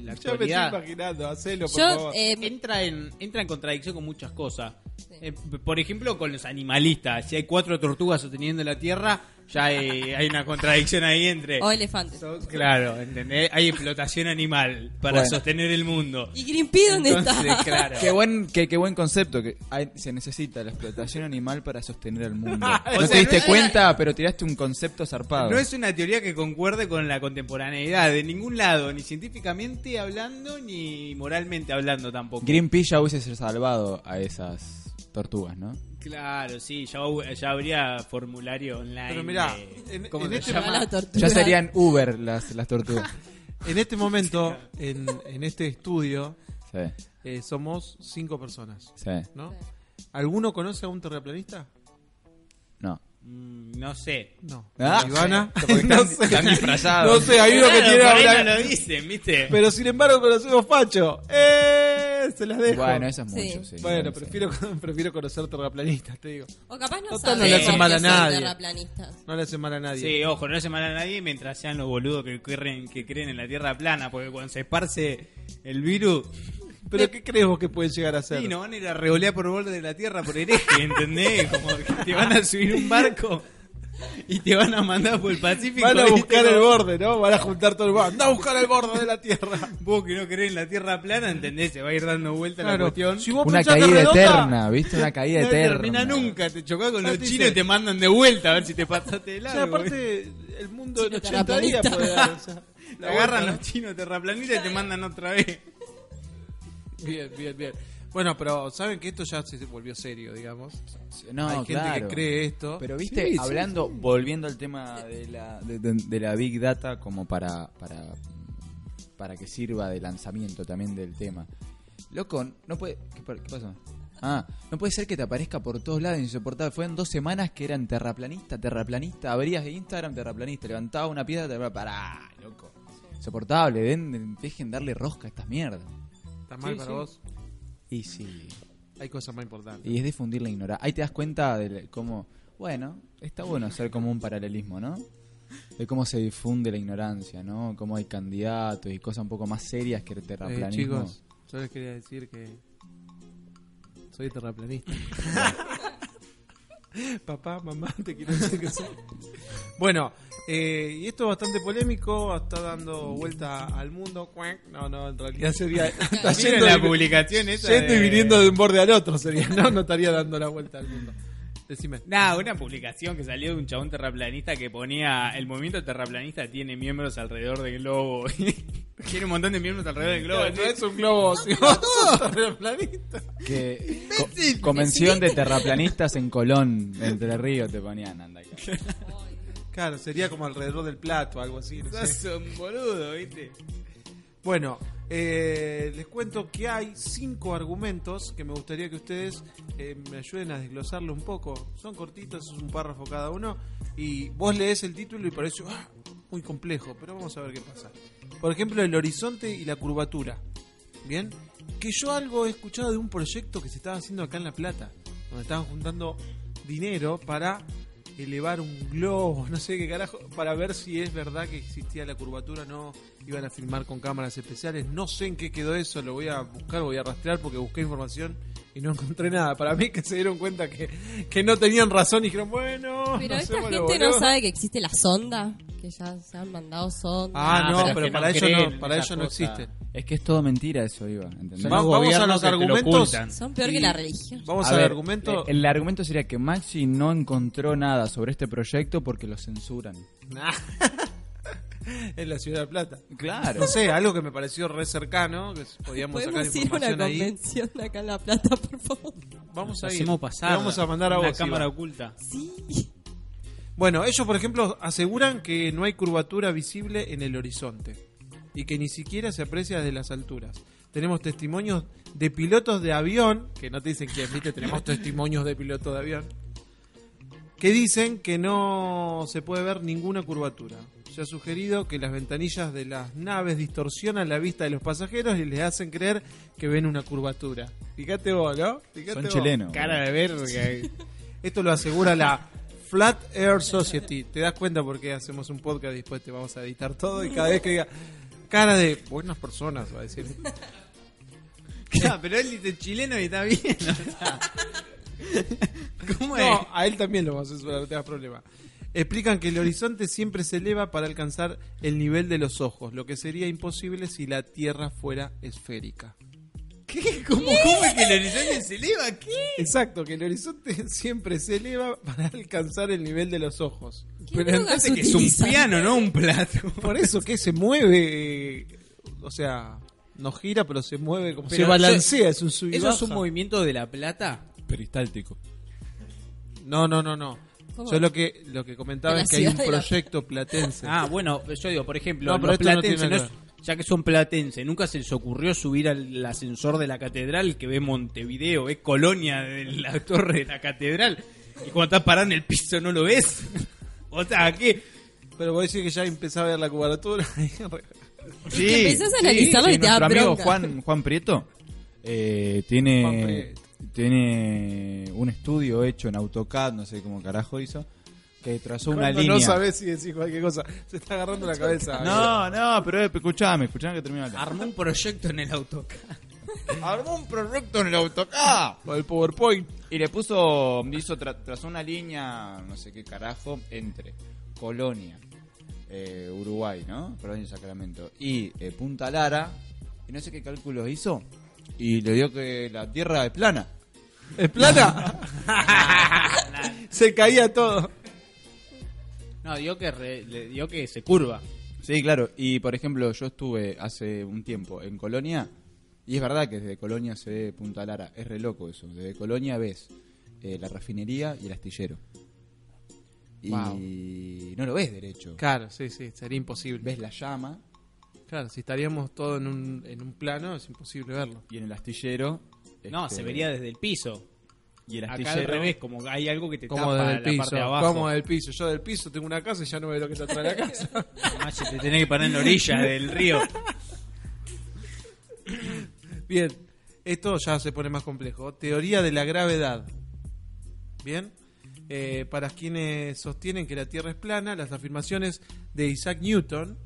B: me estoy
F: actualidad.
B: imaginando, hacelo, por
C: Yo,
B: favor.
C: eh,
F: entra en entra en contradicción con muchas cosas. Eh, p- por ejemplo, con los animalistas. Si hay cuatro tortugas sosteniendo la tierra, ya hay, hay una contradicción ahí entre.
C: o elefantes.
F: Claro, ¿entendés? Hay explotación animal para
A: Bueno.
F: sostener el mundo.
C: ¿Y Greenpeace dónde
F: Entonces,
C: está?
F: claro.
A: Qué buen, qué, qué buen concepto. Que hay- se necesita la explotación animal para sostener el mundo. No
F: sea,
A: te diste
F: no-
A: cuenta, pero tiraste un concepto zarpado.
F: No es una teoría que concuerde con la contemporaneidad de ningún lado, ni científicamente hablando, ni moralmente hablando tampoco.
A: Greenpeace ya hubiese salvado a esas tortugas, ¿no?
F: Claro, sí, ya, hu- ya habría formulario online.
B: Pero mirá,
F: de-
B: en-
F: ¿cómo
B: en
F: se
B: este
F: llama?
C: La tortuga.
A: Ya serían Uber las, las tortugas.
B: En este momento, en, en este estudio,
A: Sí,
B: eh, somos cinco personas,
A: sí.
B: ¿no? ¿Alguno conoce a un terraplanista?
A: No.
F: Mm, no sé.
B: No.
A: Ah,
B: ¿Ivana?
A: sí, porque
B: no
A: están-
B: sé.
A: están disfrazados.
B: No sé, hay uno que
F: Claro,
B: tiene
F: por ahí
B: una-
F: no lo dicen, ¿viste?
B: Pero sin embargo conocemos Pacho. ¡Eh! Se las dejo.
A: Bueno, eso es mucho,
C: Sí.
A: sí. no
B: Bueno,
A: sé.
B: prefiero, prefiero conocer terraplanistas, te digo.
C: O capaz no
B: Total,
C: saben
B: no
F: le hacen
B: mal a nadie.
C: terraplanistas.
B: No le hace mal a nadie.
F: Sí, ojo, no hace mal a nadie mientras sean los boludos que creen, que creen en la tierra plana, porque cuando se esparce el virus,
B: ¿Pero qué crees vos que puede llegar a ser?
F: sí, no van a ir a revolear por borde de la tierra por hereje, ¿entendés? Como que te van a subir un barco y te van a mandar por el Pacífico.
B: Van a
F: ¿viste?
B: buscar el
F: Como-
B: borde, ¿no? Van a juntar todo el borde. ¡Anda a buscar el borde de la Tierra!
F: Vos que no crees en la tierra plana, ¿entendés? Se va a ir dando vuelta la cuestión.
B: Si vos
A: Una
B: pensás que
A: caída
B: redonda,
A: eterna, ¿viste? Una caída
F: no
A: eterna.
F: termina nunca, te chocás con
B: Ya
F: los
B: te
F: chinos
B: hice.
F: y te mandan de vuelta a ver si te pasaste de
B: O
F: largo.
B: sea, aparte, el mundo en
C: Chino
B: 80 días
C: terraplanista.
B: puede dar. O sea,
F: Te agarran
B: vuelta,
F: los chinos terraplanistas y te mandan otra vez.
B: ¿no? Bien, bien, bien. Bueno, pero saben que esto ya se volvió serio, digamos.
A: No,
B: Hay gente
A: claro.
B: que cree esto.
A: Pero viste,
B: Sí, sí,
A: hablando, volviendo al tema de la, de, de- de la Big Data como para, para, para que sirva de lanzamiento también del tema. Loco, no puede... ¿Qué, pa- qué pasó? Ah, no puede ser que te aparezca por todos lados insoportable. Fueron dos semanas que eran terraplanista, terraplanista. Abrías Instagram, terraplanista. Levantaba una piedra, terraplanista. Pará, loco. Insoportable. den- dejen darle rosca a estas mierdas.
B: Está mal para vos.
A: Y sí.
B: Hay cosas más importantes.
A: Y es difundir la ignorancia. Ahí te das cuenta de cómo, bueno, Está bueno hacer como un paralelismo, ¿no? De cómo se difunde la ignorancia, ¿no? Cómo hay candidatos y cosas un poco más serias que el
B: Eh,
A: terraplanismo.
B: chicos, yo les quería decir que soy terraplanista. Papá, mamá, te quiero decir que soy. Bueno, eh, y esto es bastante polémico, está dando vuelta al mundo. Cuac. No, no, en realidad sería. Está
F: Miren
B: yendo,
F: la
B: y-
F: publicación esa.
B: yendo y
F: de-
B: viniendo de un borde al otro, sería. No, no estaría dando la vuelta al mundo. Decime.
F: Nah, una publicación que salió de un chabón terraplanista que ponía el movimiento terraplanista tiene miembros alrededor del globo. tiene un montón de miembros alrededor del globo.
B: No es un globo, sino un terraplanista.
A: Que co- convención de terraplanistas en Colón, Entre Ríos, te ponían, anda acá.
B: Claro, sería como alrededor del plato, algo así. no sé.
F: Sos un boludo, ¿viste?
B: Bueno, eh, les cuento que hay cinco argumentos que me gustaría que ustedes eh, me ayuden a desglosarlo un poco. Son cortitos, es un párrafo cada uno. Y vos lees el título y parece ¡ah! muy complejo, pero vamos a ver qué pasa. Por ejemplo, el horizonte y la curvatura. Bien, que yo algo he escuchado de un proyecto que se estaba haciendo acá en La Plata, donde estaban juntando dinero para elevar un globo, no sé qué carajo, para ver si es verdad que existía la curvatura, no iban a filmar con cámaras especiales, no sé en qué quedó eso, lo voy a buscar, voy a rastrear porque busqué información y no encontré nada. Para mí que se dieron cuenta que, que no tenían razón y dijeron, bueno,
C: Pero
B: nos
C: esta
B: hacemos
C: gente
B: los
C: no
B: boludos.
C: sabe que existe la sonda, que ya se han mandado sondas.
B: Ah,
F: Ah,
B: no,
F: pero
B: pero,
F: es que
B: para
F: no
B: ellos
F: creen
B: no,
F: en
B: para
F: esas
B: ellos no
F: cosas.
B: existen.
A: Es que es todo mentira eso, Iba, ¿entendés?
F: Son
B: Va-
F: los
B: vamos a
F: gobiernos
B: los
F: que te lo
B: argumentos.
F: ocultan.
C: Son peor que la religión.
B: Vamos
A: A
B: al
A: ver, eh,
B: argumento.
A: El, el argumento sería que Maxi no encontró nada sobre este proyecto porque lo censuran.
B: Nah. en la ciudad de La Plata.
A: Claro.
B: No sé, algo que me pareció re cercano, que podíamos sacar
C: Podemos ir a una
B: información ahí.
C: convención acá en La Plata, por favor.
B: Vamos a ir.
F: Hacemos pasar.
B: Te vamos a mandar a
F: una
B: vos,
F: cámara
B: Iván.
F: oculta.
C: Sí.
B: Bueno, ellos, por ejemplo, aseguran que no hay curvatura visible en el horizonte y que ni siquiera se aprecia desde las alturas. Tenemos testimonios de pilotos de avión, que no te dicen quién, viste, tenemos testimonios de pilotos de avión, que dicen que no se puede ver ninguna curvatura. Se ha sugerido que las ventanillas de las naves distorsionan la vista de los pasajeros y les hacen creer que ven una curvatura. Fíjate vos, ¿no? Fíjate
A: Son
B: vos.
A: chilenos.
F: Cara de verga.
B: Esto lo asegura la Flat Air Society. ¿Te das cuenta por qué hacemos un podcast y después te vamos a editar todo? Y cada vez que diga cara de buenas personas, va a decir.
F: Claro, pero él dice chileno y está bien. o sea. ¿Cómo es?
B: No, a él también lo vamos a censurar, no te hagas problema. Explican que el horizonte siempre se eleva para alcanzar el nivel de los ojos, lo que sería imposible si la Tierra fuera esférica.
F: ¿Qué? ¿Cómo, ¿Cómo es que el horizonte se eleva? ¿Qué?
B: Exacto, que el horizonte siempre se eleva para alcanzar el nivel de los ojos.
C: ¿Qué
B: Pero
C: drogas
B: entonces
F: Que es un
C: utilizan?
F: piano, no un plato.
B: Por eso que se mueve, eh, o sea, no gira, pero se mueve como
F: Pero
B: se balancea, es un sub y
F: ¿Eso es un
B: baja.
F: movimiento de la plata?
A: Peristáltico.
B: No, no, no, no.
C: ¿Cómo?
B: Yo lo que lo que comentaba
C: De la
B: es que hay un
C: ciudad de la-
B: proyecto platense.
F: Ah, bueno, yo digo, por ejemplo,
B: No, pero
F: los
B: esto no
F: platenses,
B: tiene
F: no
B: nada.
F: es- ya que son platenses, nunca se les ocurrió subir al ascensor de la catedral que ve Montevideo, ve Colonia de la torre de la catedral. Y cuando estás parado en el piso no lo ves. O sea, ¿qué?
B: Pero vos decís que ya empezaba a ver la cuadratura.
F: Sí,
C: que empezás a analizarlo y te da
A: nuestro amigo
C: bronca.
A: Juan, Juan Prieto eh,
B: Juan
A: tiene,
B: Prieto.
A: tiene un estudio hecho en AutoCAD, no sé cómo carajo hizo, que trazó una
B: Cuando
A: línea.
B: No sabés si decís cualquier cosa. Se está agarrando la cabeza.
A: no, no, pero eh, escuchame, escuchame que termina la
F: Armó un proyecto en el AutoCAD.
A: Armó un proyecto en el AutoCAD.
B: Con el PowerPoint.
A: Y le puso, hizo, tra- trazó una línea, no sé qué carajo, entre Colonia, eh, Uruguay, ¿no? Provincia de Sacramento, y eh, Punta Lara, y no sé qué cálculos hizo, y le dio que la tierra es plana.
B: ¿Es plana? Se caía todo.
F: No, dio que, re- le dio que se curva.
A: Sí, claro, y por ejemplo, yo estuve hace un tiempo en Colonia, y es verdad que desde Colonia se ve Punta Lara, es re loco eso, desde Colonia ves eh, la refinería y el astillero. Y
B: Wow.
A: no lo ves derecho.
B: Claro, sí, sí. Sería imposible.
A: Ves la llama
B: Claro, si estaríamos todos en un, en un plano, es imposible verlo.
A: y en el astillero.
F: No,
A: este,
F: se vería desde el piso.
A: Y el
F: Acá al
A: astillero.
F: revés, como hay algo que te
B: Como
F: tapa
B: desde
F: la
B: el piso.
F: parte de abajo.
B: Como del piso. Yo del piso tengo una casa y ya no veo lo que está atrás de la casa.
F: Además, se te tenés que parar en la orilla del río.
B: Bien, esto ya se pone más complejo. Teoría de la gravedad. Bien, eh, para quienes sostienen que la Tierra es plana, las afirmaciones de Isaac Newton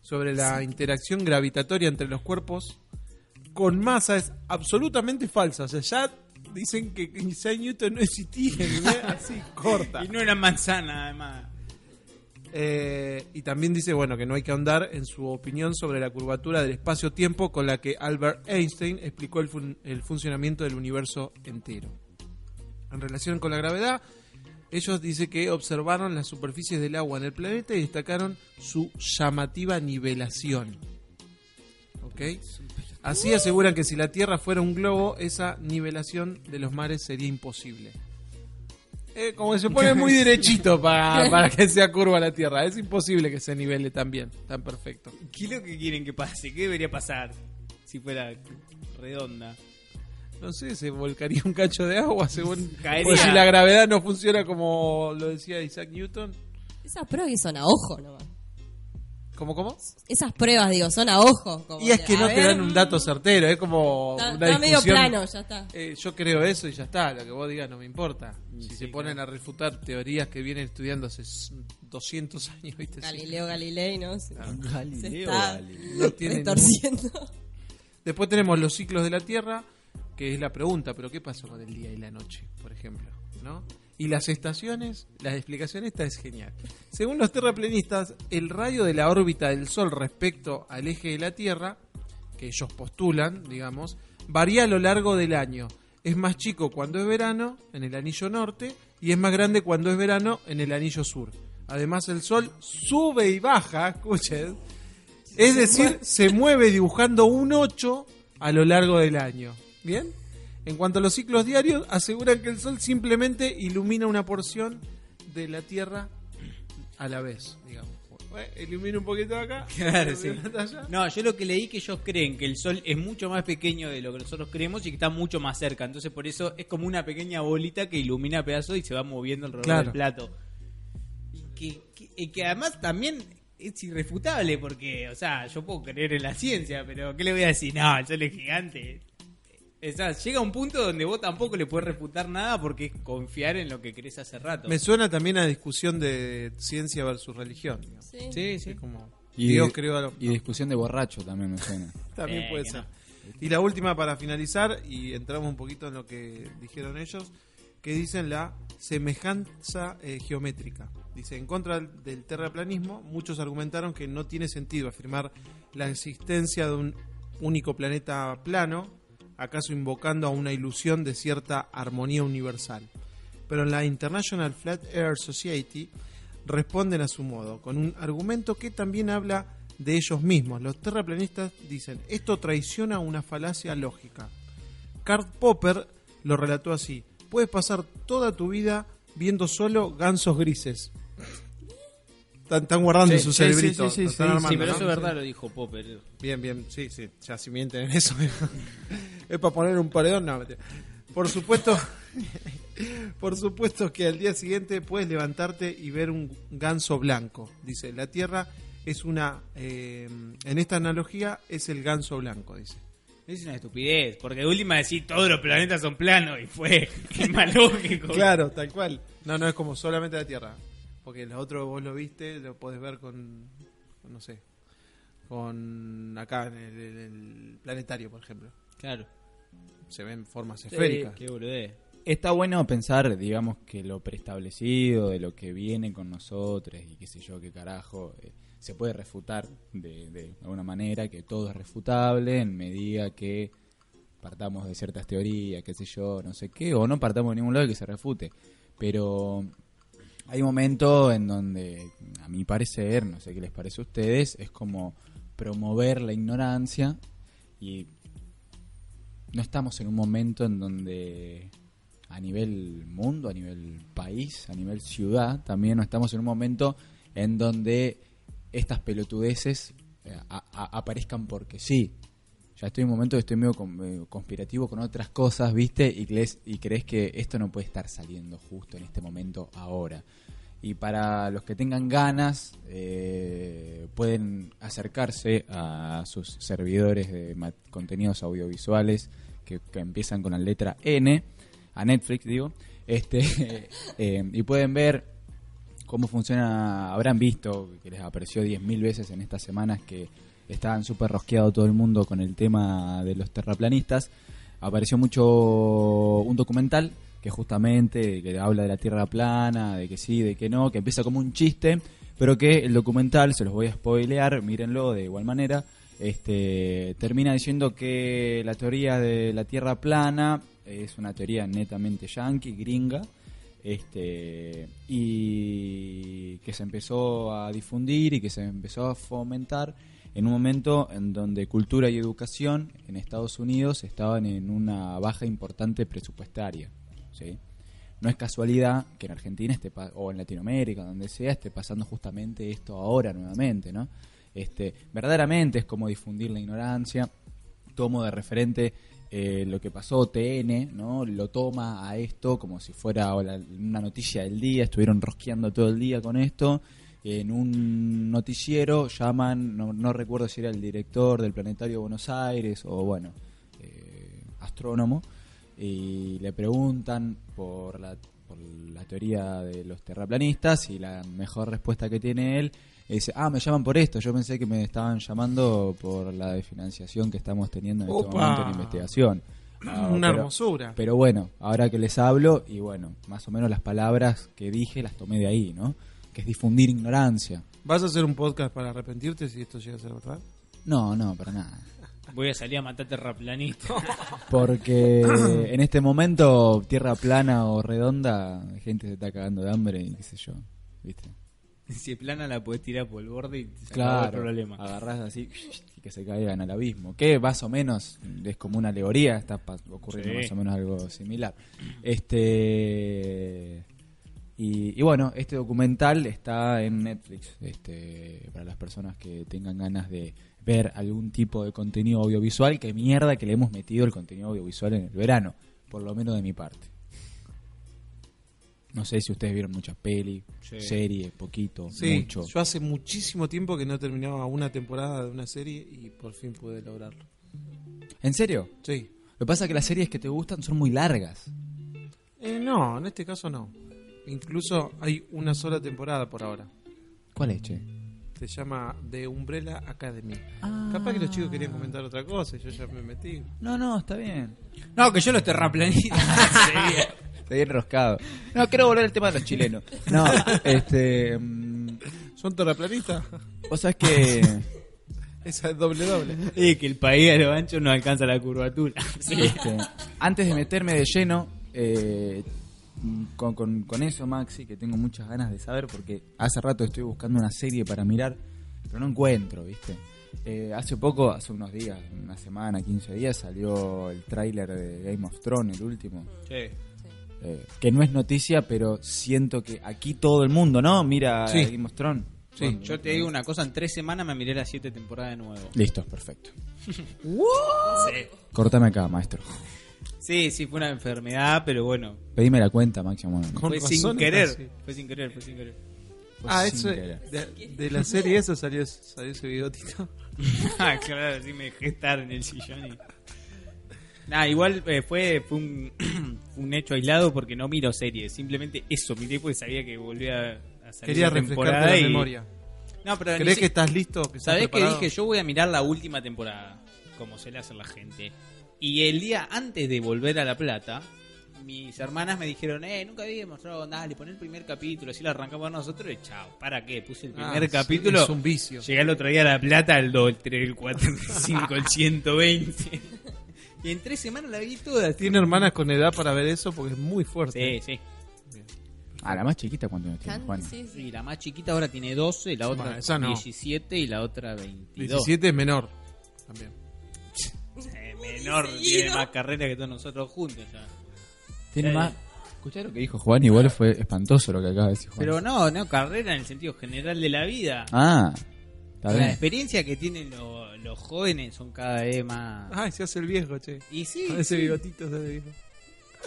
B: sobre la interacción gravitatoria entre los cuerpos con masa es absolutamente falsa. O sea, ya dicen que Isaac Newton no existía, ¿eh? así corta.
D: Y no era manzana, además.
B: Eh, y también dice, bueno, que no hay que ahondar en su opinión sobre la curvatura del espacio-tiempo con la que Albert Einstein explicó el, fun- el funcionamiento del universo entero. En relación con la gravedad, ellos dicen que observaron las superficies del agua en el planeta y destacaron su llamativa nivelación. ¿Ok? Así aseguran que si la Tierra fuera un globo, esa nivelación de los mares sería imposible. Eh, como que se pone muy derechito para, para que sea curva la Tierra. Es imposible que se nivele tan bien, tan perfecto.
D: ¿Qué es lo que quieren que pase? ¿Qué debería pasar si fuera redonda?
B: No sé, se volcaría un cacho de agua según...
D: Caería.
B: Pues si la gravedad no funciona como lo decía Isaac Newton.
C: Esas pruebas que son a ojo nomás.
B: ¿Cómo, cómo?
C: Esas pruebas, digo, son a ojo. como
B: Y es que
C: a
B: no te
C: ver,
B: dan un dato certero, es como
C: Está,
B: una
C: está medio
B: discusión.
C: plano, ya está.
B: Eh, yo creo eso y ya está, lo que vos digas no me importa. Si se ponen a refutar teorías que vienen estudiando hace s- 200 años, ¿viste? Sí.
C: Galileo Galilei, ¿no? Se, se
A: Galileo,
C: está
A: Galileo.
B: No tiene
C: retorciendo.
B: Después tenemos los ciclos de la Tierra, que es la pregunta, pero ¿qué pasó con el día y la noche, por ejemplo? ¿No? Y las estaciones, la explicación esta es genial. Según los terraplenistas, el radio de la órbita del Sol respecto al eje de la Tierra, que ellos postulan, digamos, varía a lo largo del año. Es más chico cuando es verano en el anillo norte y es más grande cuando es verano en el anillo sur. Además, el Sol sube y baja, escuchen, es decir, se mueve dibujando un 8 a lo largo del año. ¿Bien? En cuanto a los ciclos diarios, aseguran que el Sol simplemente ilumina una porción de la Tierra a la vez, digamos. Bueno, ilumina un poquito acá.
D: Claro, sí.
B: ilumina allá.
D: No, yo lo que leí que ellos creen que el sol es mucho más pequeño de lo que nosotros creemos y que está mucho más cerca. Entonces, por eso es como una pequeña bolita que ilumina pedazos y se va moviendo alrededor
B: Claro.
D: del plato. Y que, que- y que además también es irrefutable porque, o sea, yo puedo creer en la ciencia, pero ¿qué le voy a decir? No, el sol es gigante. O sea, llega un punto donde vos tampoco le puedes refutar nada porque es confiar en lo que crees hace rato.
B: Me suena también a discusión de ciencia versus religión. digamos.
C: Sí.
D: Sí, sí.
B: Es como
A: Y-
B: Dios creó a los...
A: Y discusión de borracho también me suena.
B: También
D: Eh,
B: puede
D: que
B: ser. Y la última para finalizar, y entramos un poquito en lo que dijeron ellos, que dicen la semejanza eh, geométrica. Dice, en contra del- del terraplanismo, muchos argumentaron que no tiene sentido afirmar la existencia de un único planeta plano, acaso invocando a una ilusión de cierta armonía universal. Pero en la International Flat Air Society responden a su modo, con un argumento que también habla de ellos mismos. Los terraplanistas dicen, esto traiciona una falacia lógica. Karl Popper lo relató así, puedes pasar toda tu vida viendo solo gansos grises. Están, están guardando
A: Sí,
B: su
A: sí, sí,
B: cerebrito.
A: sí, sí,
B: lo están
A: sí,
B: armando,
F: Sí, pero
B: ¿no?
F: eso es verdad, lo dijo Popper.
B: Bien, bien, sí, sí. Ya si mienten en eso, es para poner un paredón, no. mentira. Por supuesto, por supuesto que al día siguiente puedes levantarte y ver un ganso blanco. Dice, la Tierra es una, eh, en esta analogía es el ganso blanco, dice.
D: Es una estupidez, porque de última decir todos los planetas son planos y fue es más lógico.
B: Claro, tal cual. No, no es como solamente la Tierra, porque los otros vos lo viste, lo podés ver con, no sé, con acá en el, en el planetario, por ejemplo.
F: Claro.
B: Se ven formas esféricas.
F: Qué boludez.
A: Está bueno pensar, digamos, que lo preestablecido, de lo que viene con nosotros y qué sé yo, qué carajo, eh, se puede refutar de, de alguna manera, que todo es refutable en medida que partamos de ciertas teorías, qué sé yo, no sé qué, o no partamos de ningún lado y que se refute. Pero hay momentos en donde, a mi parecer, no sé qué les parece a ustedes, es como promover la ignorancia y no estamos en un momento en donde a nivel mundo, a nivel país, a nivel ciudad, también no estamos en un momento en donde estas pelotudeces eh, a- a- aparezcan porque sí. Ya estoy en un momento que estoy medio con- medio conspirativo con otras cosas, ¿viste? Y crees, y crees que esto no puede estar saliendo justo en este momento ahora. Y para los que tengan ganas, eh, pueden acercarse a sus servidores de ma- contenidos audiovisuales que, que empiezan con la letra N, a Netflix digo, Este, eh, y pueden ver cómo funciona. Habrán visto que les apareció 10.000 veces en estas semanas que estaban súper rosqueado todo el mundo con el tema de los terraplanistas. Apareció mucho un documental que justamente que habla de la Tierra plana, de que sí, de que no, que empieza como un chiste, pero que el documental, se los voy a spoilear, mírenlo de igual manera, este, termina diciendo que la teoría de la Tierra plana es una teoría netamente yankee, gringa, este, y que se empezó a difundir y que se empezó a fomentar en un momento en donde cultura y educación en Estados Unidos estaban en una baja importante presupuestaria. ¿sí? No es casualidad que en Argentina esté pa- o en Latinoamérica, donde sea, esté pasando justamente esto ahora nuevamente, ¿no? Este, verdaderamente es como difundir la ignorancia. Tomo de referente eh, lo que pasó TN, ¿no? Lo toma a esto como si fuera o la- una noticia del día, estuvieron rosqueando todo el día con esto. En un noticiero llaman, no, no recuerdo si era el director del Planetario de Buenos Aires o bueno, eh, astrónomo, y le preguntan por la, por la teoría de los terraplanistas y la mejor respuesta que tiene él es, ah, me llaman por esto, yo pensé que me estaban llamando por la desfinanciación que estamos teniendo en este
B: Opa.
A: momento en investigación. Ah,
B: Una
A: pero-
B: hermosura.
A: pero bueno, ahora que les hablo, y bueno, más o menos las palabras que dije las tomé de ahí, ¿no? Que es difundir ignorancia.
B: ¿Vas a hacer un podcast para arrepentirte si esto llega a ser verdad?
A: No, no, para nada.
F: Voy a salir a matar terraplanistas.
A: Porque en este momento, tierra plana o redonda, gente se está cagando de hambre y qué sé yo, ¿viste?
F: si es plana la puedes tirar por el borde y se acabó el
A: Claro,
F: problema.
A: agarrás así y que se caigan al abismo. Que más o menos es como una alegoría, está pa- ocurriendo
F: Sí.
A: más o menos algo similar. Este y, y bueno, este documental está en Netflix. Este para las personas que tengan ganas de ver algún tipo de contenido audiovisual, que mierda que le hemos metido el contenido audiovisual en el verano, por lo menos de mi parte. No sé si ustedes vieron muchas pelis,
F: Sí.
A: series, poquito,
B: Sí,
A: mucho.
B: yo hace muchísimo tiempo que no terminaba una temporada de una serie y por fin pude lograrlo.
A: ¿En serio?
B: Sí.
A: Lo que pasa es que las series que te gustan son muy largas.
B: Eh, no, en este caso no. Incluso hay una sola temporada por ahora.
A: ¿Cuál es, che?
B: Se llama The Umbrella Academy. Capaz que los chicos querían comentar otra cosa y yo ya me metí.
A: No, no, está bien.
F: No, que yo los terraplanistas.
A: Está bien enroscado. No, quiero volver al tema de los chilenos. No, este... mm,
B: ¿Son terraplanistas?
A: Vos sabés que...
B: Esa es doble doble.
F: y que el país a lo ancho no alcanza la curvatura.
A: este, antes de meterme de lleno eh, con, con- con eso, Maxi, que tengo muchas ganas de saber, porque hace rato estoy buscando una serie para mirar, pero no encuentro, ¿viste? Eh, hace poco, hace unos días, una semana, 15 días, salió el tráiler de Game of Thrones, el último. Eh, que no es noticia, pero siento que aquí todo el mundo, ¿no? Mira
B: Sí.
A: Game of Thrones.
B: Sí.
F: Yo te digo una cosa, en tres semanas me miré las siete temporadas de nuevo.
A: Listo, perfecto. Cortame acá, maestro.
F: Sí, sí, fue una enfermedad, pero bueno.
A: Pedime la cuenta, Maxi. amor.
B: Con
F: Fue
B: razón
F: sin
B: está
F: querer.
B: así.
F: Fue sin querer, fue sin querer.
A: Fue
B: Ah,
A: sin
B: eso
A: querer.
B: de, de la serie esa salió, salió ese bigotito.
F: ah, claro, sí me dejé estar en el sillón y... Nah, igual eh, fue, fue un, un hecho aislado porque no miro series. Simplemente eso, miré porque sabía que volvía a salir
B: Quería
F: la
B: refrescarte
F: temporada
B: la
F: y-
B: memoria.
F: No, pero ni
B: ¿Crees
F: si-
B: que estás listo? Que estás
F: ¿Sabés que
B: preparado?
F: dije? Yo voy a mirar la última temporada, como se le hace a la gente. Y el día antes de volver a La Plata, mis hermanas me dijeron, eh, nunca había mostrado, dale, pon el primer capítulo, así lo arrancamos nosotros, y chao, ¿para qué? Puse el
B: Ah,
F: primer
B: sí,
F: capítulo,
B: es un vicio.
F: llegué al otro día a La Plata, el 2, el 3, el 4, el 5, el 120. y en tres semanas la vi toda.
B: Tiene hermanas con edad para ver eso porque es muy fuerte.
F: Sí, sí.
A: Ah, la más chiquita, ¿cuánto años tiene?
C: Can-
A: Juana?
C: sí, sí.
F: Y la más chiquita ahora tiene 12, la otra
B: Bueno, esa no.
F: 17 y la otra 22.
B: 17 es menor. También.
F: Eh, menor, tiene más carrera que todos nosotros juntos ya.
A: Tiene
F: Eh.
A: más... Escuchá lo que dijo Juan, igual fue espantoso lo que acaba de decir Juan.
F: Pero no, no, carrera en el sentido general de la vida.
A: Ah, está
F: la
A: bien.
F: experiencia que tienen lo- los jóvenes son cada vez más.
B: Ay, se hace el viejo, che.
F: Y sí,
B: Con ese bigotito se hace viejo.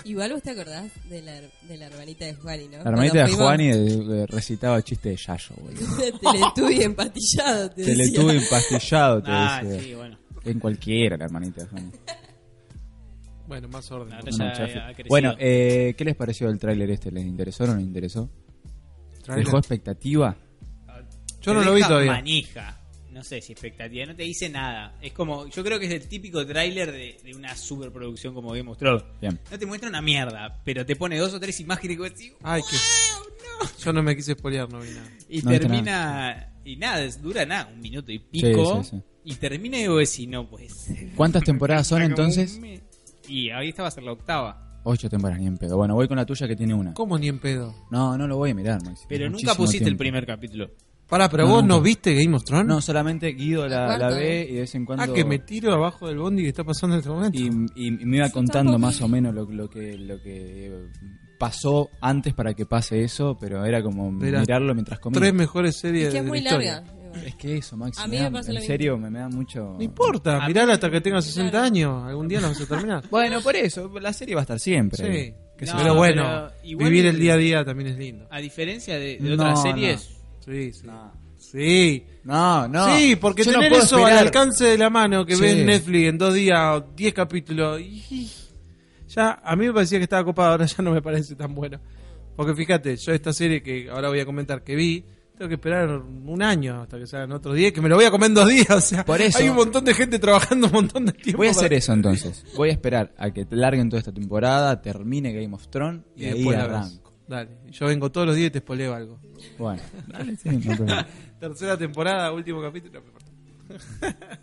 C: Igual vos te acordás de la, de la hermanita de Juani, ¿no?
A: La hermanita de
C: Cuando
A: Juan y
C: fuimos-
A: recitaba chiste de Yayo, boludo.
C: Teletubby empatillado, te
A: Te le
C: decía.
A: tuve empastillado, te
F: ah,
A: decía.
F: sí, bueno.
A: En cualquiera, la hermanita de Juan.
B: Bueno, más orden.
F: No,
B: ¿no?
F: Ya
A: No, ya
F: ha
A: fue.
F: crecido.
A: bueno, eh, ¿qué les pareció el tráiler este? ¿Les interesó o no les interesó?
B: Trailer.
A: ¿Dejó expectativa?
B: Yo
F: Te
B: no lo vi
F: deja
B: todavía.
F: Manija. No sé si expectativa, no te dice nada. Es como, yo creo que es el típico tráiler de, de una superproducción como Game of Thrones.
A: Bien.
F: No te muestra una mierda, pero te pone dos o tres imágenes que vos decís,
B: Ay, que. Yo no me quise spoilear, no vi nada.
F: y
A: No viste
F: termina. Y nada, es- dura nada, un minuto y pico.
A: sí, sí.
F: Y termina y vos decís, no, pues.
A: ¿Cuántas temporadas son entonces?
F: Y ahí esta va a ser la octava.
A: Ocho temporadas, ni en pedo. Bueno, voy con la tuya que tiene una.
B: ¿Cómo ni en pedo?
A: No, no lo voy a mirar, Maxi.
F: Pero
A: Muchísimo
F: nunca pusiste el
A: tiempo.
F: primer capítulo.
B: Pará, pero
A: No,
B: vos
A: nunca.
B: no viste Game of Thrones.
A: No, solamente Guido la, la
C: Aguardo,
A: ve y de vez en cuando...
B: ah, que me tiro abajo del bondi que está pasando en este momento.
A: y, y- y me iba contando más o menos lo, lo que lo que pasó antes para que pase eso, pero era como
B: Mirá.
A: mirarlo mientras comía.
B: Tres mejores series
C: Es que es
B: de
C: muy
B: la historia.
C: larga.
A: Es que eso, Maxi.
C: A mí
A: me
C: me
A: da-
C: pasa lo
A: en
C: mismo.
A: serio, me, me da mucho...
B: No
F: Ah,
B: importa, mirala hasta que tenga 60 años. Algún día la vas a terminar.
A: Bueno, por eso, la serie va a estar siempre.
B: sí.
A: Que
F: No,
A: se-
B: pero bueno,
F: pero igual- Ah.
B: vivir el día a día también es lindo.
F: A diferencia de, de
A: No,
F: otras
A: no.
F: series.
B: Sí, sí.
A: No.
B: Sí.
A: No, no.
B: Sí, porque
A: Yo no
B: tener
A: puedo
B: eso
A: esperar.
B: al alcance de la mano que
A: Sí.
B: ves Netflix en dos días, 10 capítulos. y- y- ya, a mí me parecía que estaba copado, ahora ya no me parece tan bueno. Porque fíjate, yo esta serie que ahora voy a comentar que vi, tengo que esperar un año hasta que salgan otros 10, que me lo voy a comer en dos días. O sea,
A: Por eso.
B: hay un montón de gente trabajando un montón de tiempo.
A: Voy a
B: para-
A: hacer eso entonces. Voy a esperar a que larguen toda esta temporada, termine Game of Thrones y,
B: Y
A: ahí
B: después la ves.
A: arranco.
B: Dale, yo vengo todos los días y te espoleo algo.
A: Bueno, dale, sí, no hay problema.
B: Tercera temporada, último capítulo. no me importa.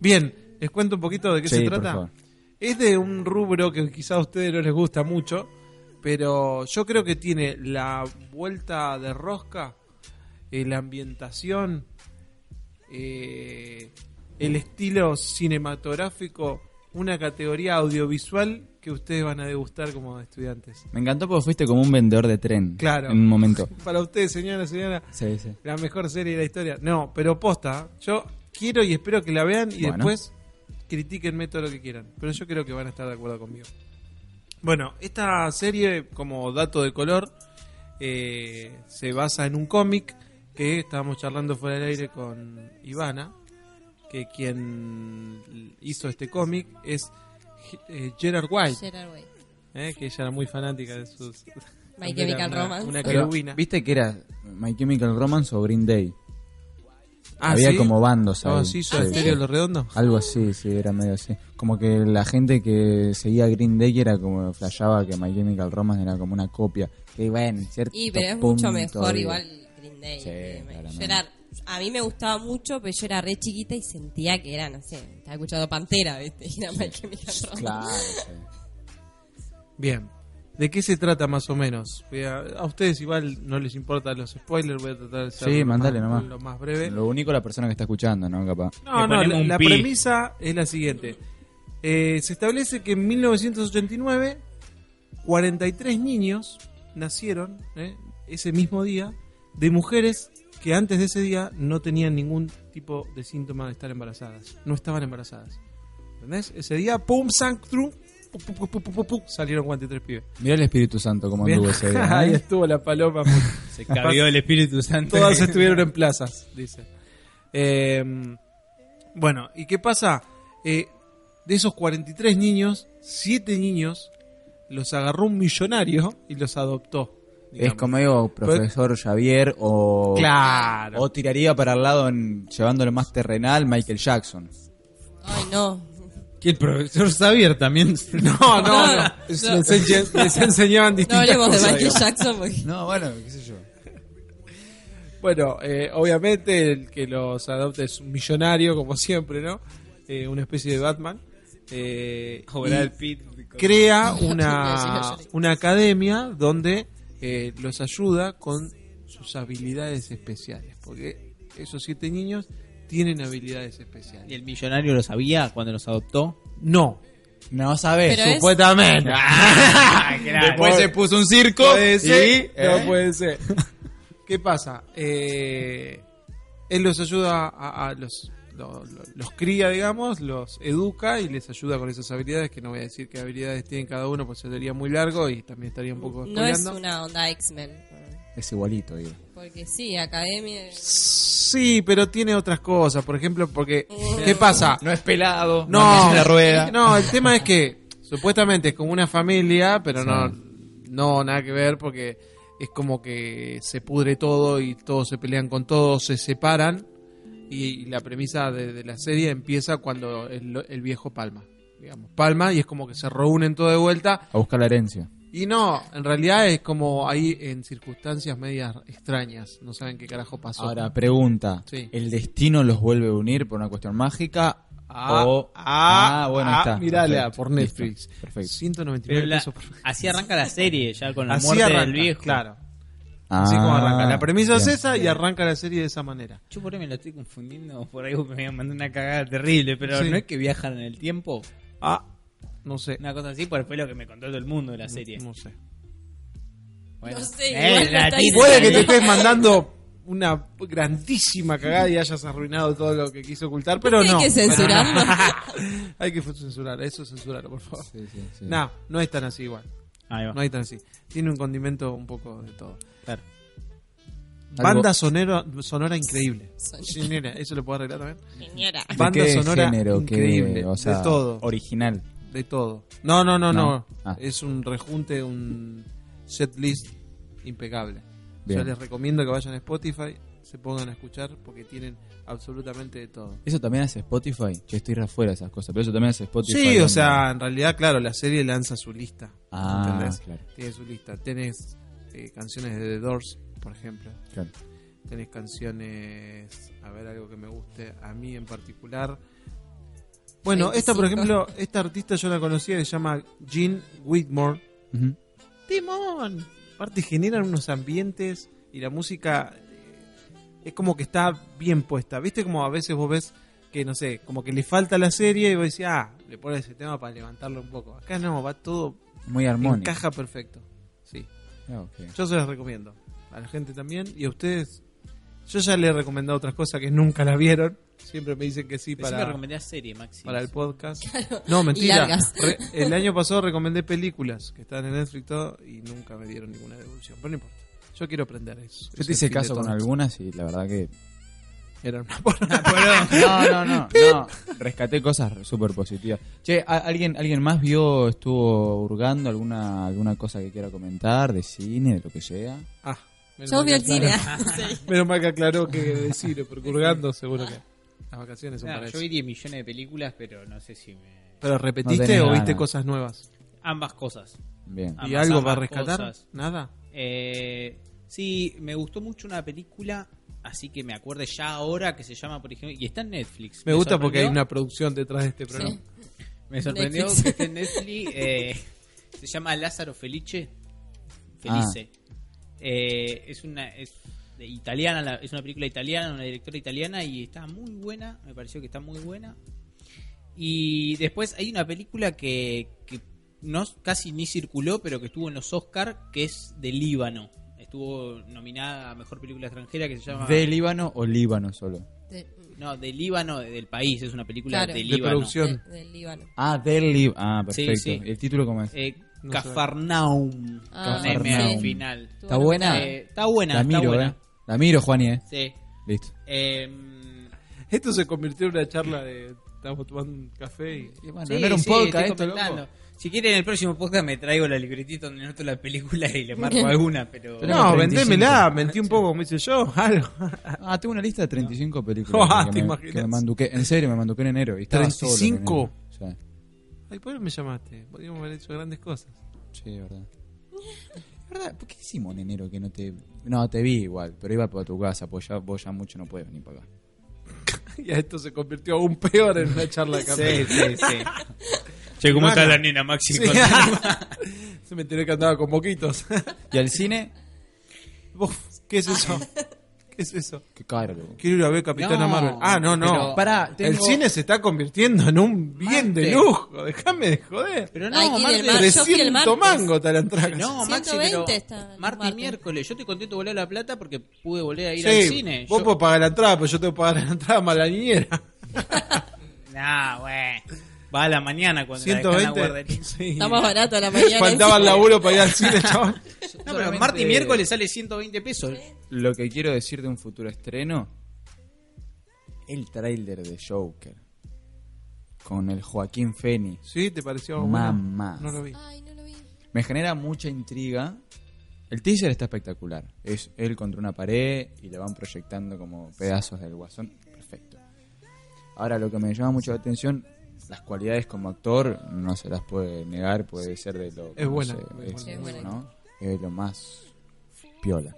B: Bien, les cuento un poquito de qué
A: Sí,
B: se
A: por
B: trata.
A: favor.
B: Es de un rubro que quizá a ustedes no les gusta mucho, pero yo creo que tiene la vuelta de rosca, eh, la ambientación, eh, el estilo cinematográfico, una categoría audiovisual que ustedes van a degustar como estudiantes.
A: Me encantó porque fuiste como un vendedor de tren.
B: Claro.
A: En un momento.
B: Para ustedes, señora, señora,
A: Sí, sí.
B: la mejor serie de la historia. No, pero posta. Yo quiero y espero que la vean y
A: Bueno.
B: después critiquenme todo lo que quieran. Pero yo creo que van a estar de acuerdo conmigo. Bueno, esta serie, como dato de color, eh, se basa en un cómic que estábamos charlando fuera del aire con Ivana, que quien hizo este cómic es eh, Gerard White,
C: Gerard Way.
B: eh, que ella era muy fanática de sus...
C: My
B: Era
C: Chemical
B: una-
C: Romance.
B: Una
A: Pero,
B: querubina.
A: Viste que era My Chemical Romance o Green Day.
B: Ah,
A: Había
B: ¿sí?
A: como bandos ahí.
B: No, Ah, sí, yo estéreo lo redondo.
A: Algo así, sí, era medio así. Como que la gente que seguía Green Day era como, flashaba que My Chemical Romance era como una copia. Que bueno, en cierto
C: Y pero es
A: punto,
C: mucho mejor
A: digo.
C: igual Green Day.
A: Sí,
C: eh,
A: claramente.
C: yo era- a mí me gustaba mucho, pero yo era re chiquita y sentía que era, no sé, estaba escuchando Pantera, ¿viste? Y era mal que me
A: Claro, sí.
B: Bien. ¿De qué se trata más o menos? Voy A, a ustedes igual no les importan los spoilers, voy a tratar de ser
A: Sí,
B: lo más-
A: mandale nomás.
B: lo más breve.
A: Lo único la persona que está escuchando, ¿no? Capaz.
B: No,
F: Le
B: no,
F: ponemos
B: la,
F: un
B: la
F: pi.
B: premisa es la siguiente. Eh, se establece que en 1989 43 niños nacieron ¿eh? ese mismo día de mujeres que antes de ese día no tenían ningún tipo de síntoma de estar embarazadas. No estaban embarazadas. ¿Entendés? Ese día, pum, sang, tru, pu, pu, pu, pu, pu, pu, pu, salieron 43 pibes.
A: Mirá el Espíritu Santo como
B: Bien.
A: anduvo ese día,
B: Ahí
A: ¿eh?
B: estuvo la paloma.
F: Se cabió el Espíritu Santo.
B: Todas estuvieron en plazas, dice. Eh, bueno, ¿y qué pasa? Eh, de esos 43 niños, 7 niños los agarró un millonario y los adoptó.
A: Es
B: digamos.
A: como digo, profesor Javier o...
B: Claro.
A: O tiraría para el lado, en- llevándolo más terrenal, Michael Jackson.
C: Ay, no.
F: Que el profesor Xavier también.
B: No, no, no. Es-
C: No.
B: Les, ense- les enseñaban
C: No
B: distintas
C: hablemos de
B: cosas.
C: Michael
B: digamos.
C: Jackson porque.
A: No, bueno, qué sé yo.
B: Bueno, eh, obviamente el que los adopta es un millonario, como siempre, ¿no? Eh, una especie de Batman. Eh, y- crea una, una academia donde eh, los ayuda con sus habilidades especiales. Porque esos siete niños tienen habilidades
F: ¿Y
B: especiales.
F: el millonario lo sabía cuando los adoptó?
B: No,
A: No sabes.
C: Pero es-
B: supuestamente.
F: Después se puso un circo
B: Puede ser,
F: y-
B: no puede ser. ¿Qué pasa? Eh, él los ayuda a, a los, lo- lo- los cría, digamos, los educa y les ayuda con esas habilidades, que no voy a decir qué habilidades tienen cada uno, pues sería muy largo y también estaría un poco
C: No es
B: spoileando.
C: una onda X-Men.
A: Es igualito, digo.
C: Porque sí, academia.
B: Sí, pero tiene otras cosas. Por ejemplo, porque. ¿Qué pasa?
G: No es pelado,
B: No,
G: es la rueda.
B: No, el tema es que supuestamente es como una familia, pero no,
A: Sí.
B: no, nada que ver porque es como que se pudre todo y todos se pelean con todos, se separan y la premisa de, de la serie empieza cuando el, el viejo palma, digamos, palma y es como que se reúnen todo de vuelta
A: A buscar la herencia.
B: y no, en realidad es como ahí en circunstancias medias extrañas, no saben qué carajo pasó.
A: Ahora, pregunta.
B: Sí.
A: ¿El destino los vuelve a unir por una cuestión mágica?
B: Ah,
A: o...
B: ah,
A: bueno,
B: ah,
A: está.
B: mirala
A: Perfecto.
B: por
A: Listo.
B: Netflix.
A: Perfecto.
B: 199
F: Pero la-
B: pesos por
F: así arranca la serie, ya con la
B: Así
F: muerte
B: arranca,
F: del viejo.
B: Claro. Así como arranca. La premisa es
A: Ah, bien.
B: esa y arranca la serie de esa manera.
F: Yo por ahí me lo estoy confundiendo, por ahí me voy a mandar una cagada terrible, pero
B: Sí.
F: no es que viajan en el tiempo,
B: Ah, no sé.
F: una cosa así, porque fue lo que me contó todo el mundo de la serie.
B: No sé.
F: Bueno.
C: No sé,
F: Eh,
C: igual
F: la
C: me está
F: tira.
C: diciendo-
B: Puede que te estés mandando una grandísima cagada y hayas arruinado todo lo que quiso ocultar, pero
C: Hay
B: no.
C: que censurarlo.
B: Hay que censurar, eso censurarlo, por favor.
A: Sí, sí, sí.
B: No, no es tan así igual.
F: Ahí va.
B: No es tan así. Tiene un condimento un poco de todo.
F: Claro.
B: Banda sonora, sonora increíble.
C: Sonora.
B: Sonora, Eso lo puedo arreglar también.
C: Señora.
A: ¿De
B: Banda
A: qué
B: sonora
A: género? ¿Qué-
B: increíble.
A: o sea,
B: de todo.
A: Original.
B: De todo. No, no, no, no.
A: No. Ah.
B: Es un rejunte, un set list impecable.
A: Bien.
B: Yo les recomiendo que vayan a Spotify, se pongan a escuchar porque tienen absolutamente de todo.
A: Eso también hace Spotify. Yo estoy re afuera de esas cosas, pero eso también hace Spotify.
B: Sí, o
A: donde-
B: sea, en realidad, claro, la serie lanza su lista.
A: Ah,
B: ¿Entendés?
A: claro.
B: Tiene su lista. Tenés eh, canciones de The Doors, por ejemplo.
A: Claro.
B: Tenés canciones. A ver, algo que me guste a mí en particular. Bueno, esta, por
C: 25.
B: ejemplo, esta artista yo la conocía, se llama Jean Whitmore.
A: Ujú.
B: Timón. Aparte generan unos ambientes y la música eh, es como que está bien puesta. ¿Viste como a veces vos ves que, no sé, como que le falta a la serie y vos decís, ah, le pones ese tema para levantarlo un poco. Acá no, va todo
A: Muy armónico.
B: encaja perfecto. Sí.
A: Ah, ok.
B: Yo se las recomiendo. A la gente también y a ustedes. Yo ya le he recomendado otras cosas que nunca la vieron. Siempre me dicen que sí
F: Para... Siempre
B: para,
F: recomendé serie, Maxi.
B: para el podcast. No, mentira.
C: largas.
B: Re- el año pasado recomendé películas que estaban en Netflix y todo y nunca me dieron ninguna devolución. Pero no importa. Yo quiero aprender eso.
A: Yo
B: Es
A: te
B: el
A: hice
B: fin de
A: caso con
B: todo.
A: algunas y la verdad que.
B: Era una porra.
A: Ah, No, no, no. no. Rescaté cosas súper positivas. Che, ¿a- ¿alguien, ¿alguien más vio, estuvo hurgando alguna, alguna cosa que quiera comentar de cine, de lo que sea?
B: Ah, menos
C: Yo
B: mal
C: vi
B: que
C: el cine.
B: aclaró. Menos mal que aclaró que decir, porque hurgando seguro que. Las vacaciones son
F: Nah,
B: para
F: yo
B: eso.
F: vi 10 millones de películas, pero no sé si me...
B: ¿Pero repetiste
A: tenés
B: o viste
A: ganas.
B: cosas nuevas?
F: Ambas cosas.
A: Bien.
F: Ah.
B: ¿Y
F: Ambas,
B: algo para
F: ambas
B: rescatar?
F: cosas.
B: Nada.
F: Eh, sí, me gustó mucho una película, así que me acuerdo ya ahora que se llama, por ejemplo, y está en Netflix.
B: Me gusta porque hay
F: sorprendió-
B: una producción detrás de este programa.
F: Me sorprendió
C: Netflix.
F: que esté en Netflix. eh, se llama Lázaro Felice. Felice.
C: Ah.
F: Eh, es una es de italiana, la- es una película italiana, una directora italiana y está muy buena. Me pareció que está muy buena. Y después hay una película que, que no casi ni circuló, pero que estuvo en los Oscar, que es de Líbano. Estuvo nominada a mejor película extranjera que se llama.
A: ¿De Líbano o Líbano solo?
C: De-
F: No, de Líbano, del país. Es una película
C: Claro.
F: de
C: De
F: Líbano.
B: producción. Opción.
C: de- Del Líbano.
A: Ah, del Líbano. Ah,
F: Sí,
A: perfecto.
F: sí.
A: ¿El título cómo es?
F: Eh,
B: No
F: Cafarnaum.
C: Ah,
F: con M
A: Cafarnaum.
F: al final.
A: ¿Está buena?
F: Eh, está buena,
A: la
F: está
A: miro,
F: buena.
A: ¿eh? La miro, Juani, ¿eh?
F: Sí.
A: Listo.
F: Em,
B: Esto se convirtió en una charla de. Estamos tomando un café y.
A: Y bueno,
F: sí,
A: no era un
F: sí,
A: podcast
F: estoy
A: esto,
F: comentando.
A: loco.
F: Si quieren, en el próximo podcast me traigo la libretita donde noto la película y le marco alguna, pero.
A: Pero-
B: No,
A: Tenemos 35.
B: vendémela, mentí un poco, como hice yo, algo.
A: Ah, tengo una lista de 35 películas
B: Ah,
A: que,
B: ¿te
A: me,
B: imaginas?
A: que me manduqué. En serio, me manduqué en enero. Y estaba
B: ¿35?
A: Solo en enero.
B: Ay, ¿por qué me llamaste? Podríamos haber hecho grandes cosas.
A: Sí, sí, verdad. ¿Verdad? ¿Por qué hicimos en enero que no te... No, te vi igual, pero iba para tu casa, pues ya, vos ya mucho no puedes venir para acá.
B: Y a esto se convirtió aún peor en una charla de café.
F: sí, sí. Che, ¿cómo está la nena, Maxi?
B: Sí. se me enteré que andaba con moquitos.
A: ¿Y al cine?
B: Uf, ¿Qué es eso? ¿Qué es eso?
A: Qué caro, loco.
B: Quiero ir a ver Capitana
F: No,
B: Marvel. Ah, no, no.
F: pero-
A: Pará, tengo-
B: El cine se está convirtiendo en un bien de
F: Marte.
B: lujo. Déjame de joder.
F: Pero
C: Ay,
F: no,
C: tiene
F: Marti,
C: el mar- yo fui el
B: 300
C: martes.
B: mango está la entrada.
F: No, Maxi,
C: 120
F: pero
C: está el
F: martes y
C: martes.
F: miércoles. Yo estoy contento de volver a La Plata porque pude volver a ir
B: Sí,
F: al cine.
B: Vos
F: Yo-
B: podés pagar la entrada, pero yo tengo que pagar la entrada más la niñera.
F: Nah, güey. Va a la mañana cuando la dejan a
B: 120.
F: guardería. Sí.
C: Está más barato a la mañana.
B: Faltaba el laburo para ir al cine, chaval.
F: No, pero
A: Solamente-
F: martes y miércoles sale 120 pesos.
A: Lo que quiero decir de un futuro estreno, el tráiler de Joker con el Joaquín Phoenix.
B: ¿Sí? ¿Te pareció bueno?
A: Mamá.
B: No lo vi.
C: Ay, no lo vi.
A: Me genera mucha intriga. El teaser está espectacular. Es él contra una pared y le van proyectando como pedazos del guasón. Perfecto. Ahora, lo que me llama mucho la atención, las cualidades como actor, no se las puede negar, puede ser de lo...
B: Es
A: no
B: buena,
A: sé,
B: es
A: es,
C: buena.
A: ¿no? Es lo más piola.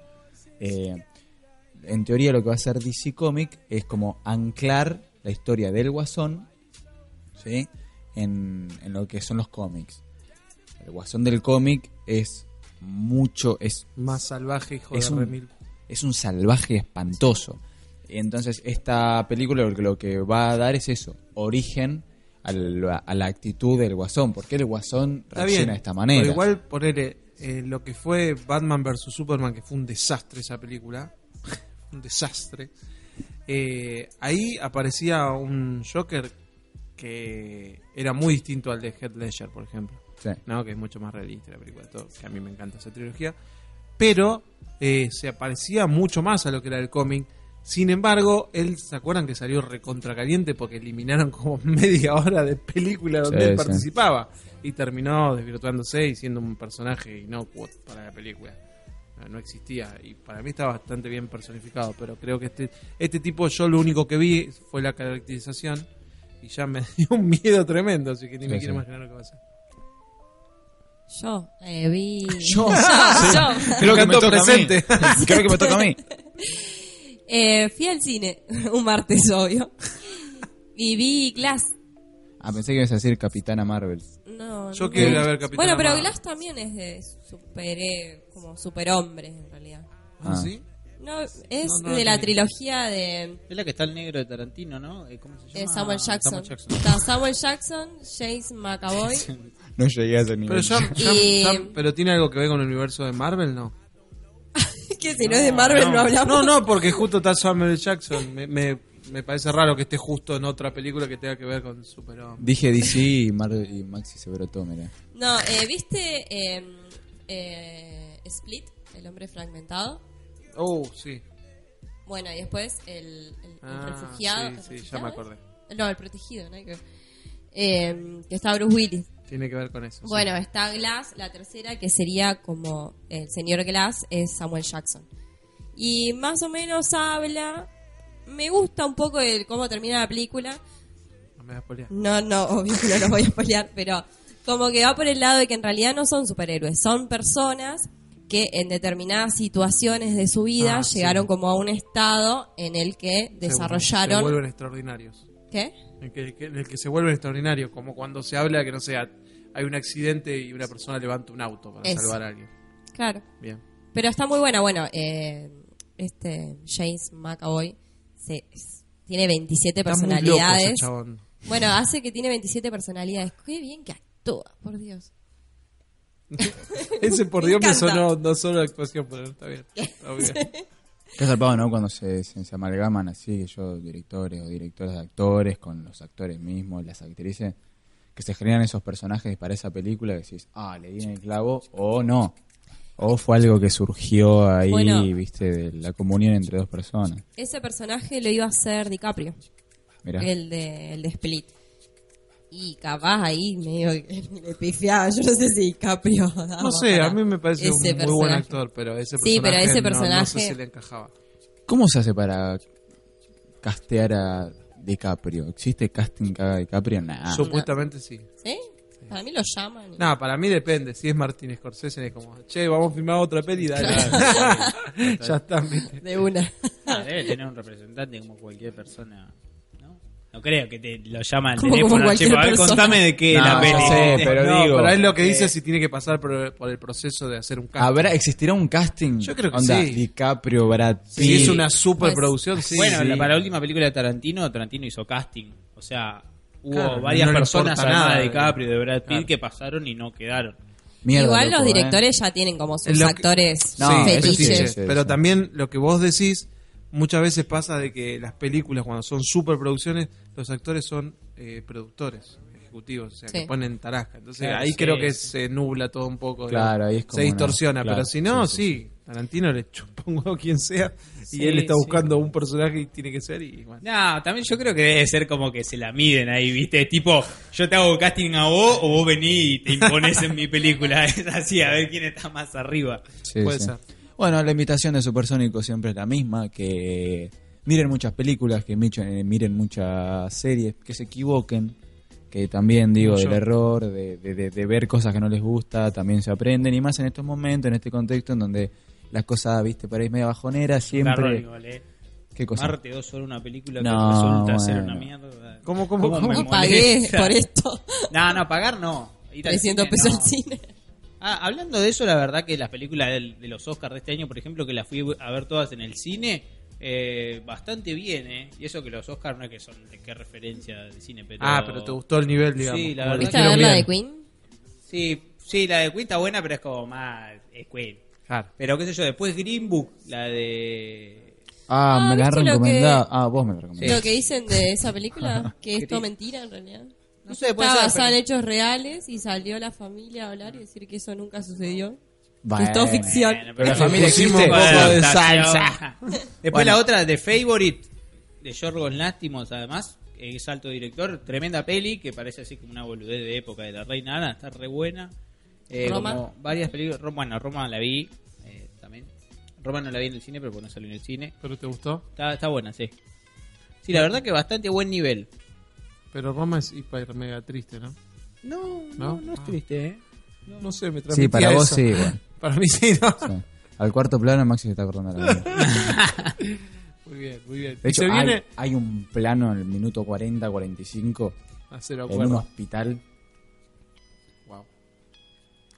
A: Eh, en teoría lo que va a hacer DC Comic es como anclar la historia del guasón ¿sí? en, en lo que son los cómics. El guasón del cómic es mucho, es,
B: Más salvaje, hijo
A: Es
B: de
A: un-
B: remil.
A: es un salvaje espantoso. Entonces esta película lo que- lo que va a dar es eso, origen a la, a la actitud del guasón. ¿Por qué el guasón
B: Está
A: reacciona
B: bien.
A: de esta manera?
B: Pero igual, ponele, eh, lo que fue Batman vs. Superman, que fue un desastre esa película. un desastre. Eh, ahí aparecía un Joker que era muy distinto al de Heath Ledger, por ejemplo.
A: Sí.
B: ¿no? que es mucho más realista la película, todo, que a mí me encanta esa trilogía, pero eh, se aparecía mucho más a lo que era el cómic. Sin embargo, él, ¿se acuerdan que salió recontra caliente porque eliminaron como media hora de película donde
A: Sí,
B: él
A: sí.
B: participaba? Y terminó desvirtuándose y siendo un personaje inocuo para la película. No, no existía y para mí está bastante bien personificado, pero creo que este, este tipo yo lo único que vi fue la caracterización y ya me dio un miedo tremendo, así que ni
A: Sí,
B: me
A: sí.
B: quiero imaginar lo que va a ser.
C: Yo eh, vi.
A: Yo.
C: yo.
A: Creo que me
B: Canto
A: toca a mí.
B: presente.
A: Creo que me toca a mí.
C: Eh, fui al cine un martes, obvio. Y vi Glass.
A: Ah, pensé que ibas a decir Capitana Marvel.
C: No,
B: Yo
C: no
B: quiero
C: me
B: ir a ver
C: gusta.
B: Capitana
C: Bueno, pero
B: Marvel.
C: Glass también es de super, eh, como superhombres en realidad.
A: Ah.
B: ¿Sí?
C: No, es
B: No, no,
C: de la
B: no.
C: trilogía de,
F: Es la que está el negro de Tarantino, ¿no? Eh, ¿Cómo se llama?
B: Ah,
C: de Samuel Jackson.
F: Samuel
C: Está Samuel Jackson, James McAvoy.
A: No llegué a ese nivel.
B: Pero, ya- ya-
C: Y-
B: ya- pero tiene algo que ver con el universo de Marvel, ¿no?
C: que si no, es de Marvel no, hablamos.
B: No, no, porque justo está Samuel Jackson. Me, me, me parece raro que esté justo en otra película que tenga que ver con Superman.
A: Dije DC y, Marvel y Maxi se brotó, mira.
C: No, eh, ¿viste eh, eh, Split, el hombre fragmentado?
B: Oh, sí.
C: Bueno, y después el, el- el
B: Ah,
C: refugiado. ¿el
B: sí, sí, ya
C: refugiado
B: me
C: es?
B: acordé.
C: No, el protegido, ¿no? hay que ver. Eh, que está Bruce Willis.
B: Tiene que ver con eso. sí.
C: Bueno, está Glass, la tercera, que sería como el señor Glass, es Samuel Jackson. Y más o menos habla. Me gusta un poco el cómo termina la película.
B: No me voy a spoilear.
C: No, no, obvio que no los voy a spoilear, pero como que va por el lado de que en realidad no son superhéroes, son personas que en determinadas situaciones de su vida
B: Ah, sí.
C: llegaron como a un estado en el que
B: Se-
C: desarrollaron.
B: Se vuelven extraordinarios.
C: ¿Qué?
B: En que, que- en el que se vuelven extraordinarios. Como cuando se habla que, no sé, hay un accidente y una persona levanta un auto para
C: Eso.
B: salvar a alguien.
C: Claro.
B: Bien.
C: Pero está muy buena. Bueno, eh, este James McAvoy se, es- tiene 27
B: Está muy loco ese
C: personalidades.
B: chabón.
C: Bueno, hace que tiene 27 personalidades. Qué bien que actúa, por Dios.
B: Ese por
C: Me
B: Dios me
C: encanta.
B: sonó no solo la actuación, pero está bien. Está bien.
A: Qué zarpado, ¿no? Cuando se, se, se amalgaman así, que yo, directores o directoras de actores, con los actores mismos, las actrices, que se generan esos personajes para esa película, que decís, ah, le di en el clavo, o no. O fue algo que surgió ahí,
C: Bueno.
A: viste, de la comunión entre dos personas.
C: Ese personaje lo iba a hacer DiCaprio.
A: Mirá.
C: El de, el de Split. Y capaz ahí medio que le pifiaba. Yo no sé si DiCaprio. daba
B: No sé,
C: para
B: a mí me parece un
C: ese
B: muy buen
C: personaje.
B: actor, pero ese personaje,
C: Sí, pero ese
B: no- No, sé
C: personaje-
B: si le encajaba.
A: ¿Cómo se hace para castear a DiCaprio? ¿Existe casting que haga DiCaprio?
C: Ah.
A: Nah.
B: Supuestamente sí.
C: ¿Sí? Para mí lo llaman. y-
B: Nada, para mí depende. Si es Martin Scorsese, es como, che, vamos a filmar otra peli, dale. ya está, viste.
C: De una.
F: Ah, debe tener un representante como cualquier persona, ¿no? No creo que te lo llama al
C: Como-
F: teléfono.
C: como
F: che, a ver,
C: cualquier persona.
F: contame de qué
A: No,
F: la peli.
A: ya sé, pero
B: no,
A: digo-
B: pero eh, es lo que
C: eh,
B: dice si tiene que pasar por, por el proceso de hacer un casting.
A: ¿Habrá, ¿Existirá un casting?
B: Yo creo que
A: Onda,
B: sí.
A: DiCaprio, Brad Pitt.
B: si es
C: Pues,
B: una superproducción, sí.
F: bueno,
B: sí.
F: la- para la última película de Tarantino, Tarantino hizo casting. O sea, hubo
B: Claro,
F: varias
B: no le
F: personas
B: importa nada
F: nada de
B: de-
F: DiCaprio y de Brad Pitt
B: Claro.
F: que pasaron y no quedaron.
A: Mierda,
C: Igual
A: loco,
C: los
A: ¿eh?
C: directores ya tienen como sus
B: Lo que-
C: actores
A: No,
B: sí, eso sí,
C: fetiches.
A: fetiche.
B: sí, pero
A: sí.
B: también lo que vos decís, muchas veces pasa de que las películas, cuando son superproducciones, los actores son eh, productores. ejecutivos, o sea,
C: Sí.
B: que ponen tarasca. Entonces
F: Claro,
B: ahí
F: sí.
B: creo que se nubla todo un poco.
A: Claro, ahí es como
B: se
A: una-
B: distorsiona,
A: claro,
B: pero si no,
A: sí,
B: sí,
A: sí,
B: Tarantino le chupa un huevo a quien sea
F: Sí,
B: y él está
F: sí.
B: buscando un personaje y tiene que ser y bueno.
F: No, también yo creo que debe ser como que se la miden ahí, ¿viste? Tipo, yo te hago casting a vos o vos venís y te impones en mi película. Es así, a ver quién está más arriba.
A: Sí,
B: Puede
A: sí.
B: ser.
A: Bueno, la invitación de Supersónico siempre es la misma, que miren muchas películas, que micho- eh, miren muchas series, que se equivoquen, que también digo
B: Mucho.
A: del error, de, de- de- de ver cosas que no les gusta, también se aprenden, y más en estos momentos, en este contexto en donde las cosas, viste, para ir media bajonera,
F: Garrón
A: siempre...
F: igual, ¿eh?
A: ¿Qué cosa?
F: Marte 2 solo una película que
A: No,
F: resulta
A: bueno.
F: ser una mierda.
B: ¿Cómo, cómo,
F: ¿Cómo
B: cómo?
F: me
C: ¿Cómo pagué
F: molesta?
C: por esto?
F: No, no, pagar no. Ir al
C: 300
F: cine,
C: pesos
F: no.
C: al cine.
F: Ah, hablando de eso, la verdad que las películas del- de los Oscars de este año, por ejemplo, que las fui a ver todas en el cine, eh, bastante bien, ¿eh? Y eso que los Oscars no es que son de qué referencia de cine, pero...
B: Ah, pero te gustó el nivel, digamos.
F: Sí, la
B: como lo
F: verdad
C: ¿Viste
F: que
C: a
B: hicieron
C: ver la de
B: bien.
C: Queen?
F: Sí, sí, la de Queen está buena, pero es como más... Es Queen.
B: Claro.
F: Pero qué sé yo, después Green Book, la de...
A: Ah,
C: Ah,
A: me la
C: ¿viste lo que-
A: recomendaba. Ah, vos me la recomendaste.
C: Lo que dicen de esa película, que es todo
F: Quería-
C: mentira en realidad.
F: No sé, puede
C: Está
F: ser,
C: basada
F: pero-
C: en hechos reales y salió la familia a hablar y decir que eso nunca sucedió.
A: Bueno.
C: Que es todo ficción.
F: Bueno,
A: Pero la familia
B: Pusimos
A: existe.
B: un poco de
F: salsa. Después
A: Bueno.
F: la otra, The Favorite, de Yorgos Lástimos, además, que es alto director, tremenda peli, que parece así como una boludez de época de la reina Ana, está re buena. Eh,
C: Roma.
F: como varias películas, Ro- bueno, Roma la vi eh, también. Roma no la vi en el cine, pero porque no salió en el cine.
B: Pero te gustó.
F: Está, está buena, sí. Sí, la verdad que bastante buen nivel.
B: Pero Roma es hiper mega triste, ¿no?
F: No,
B: no,
F: no,
B: no es
F: es triste, ¿eh?
B: No sé, me transmitía
A: Sí, para vos
B: eso.
A: sí, bueno,
B: Para mí sí, ¿no?
A: sí. Al cuarto plano Maxi se está acordando la verdad.
B: Muy bien, muy bien.
A: De hecho,
B: y se
A: hay,
B: viene
A: hay un plano en el minuto 40-45
B: a cero
A: en un
B: acuerdo.
A: hospital.
B: Wow.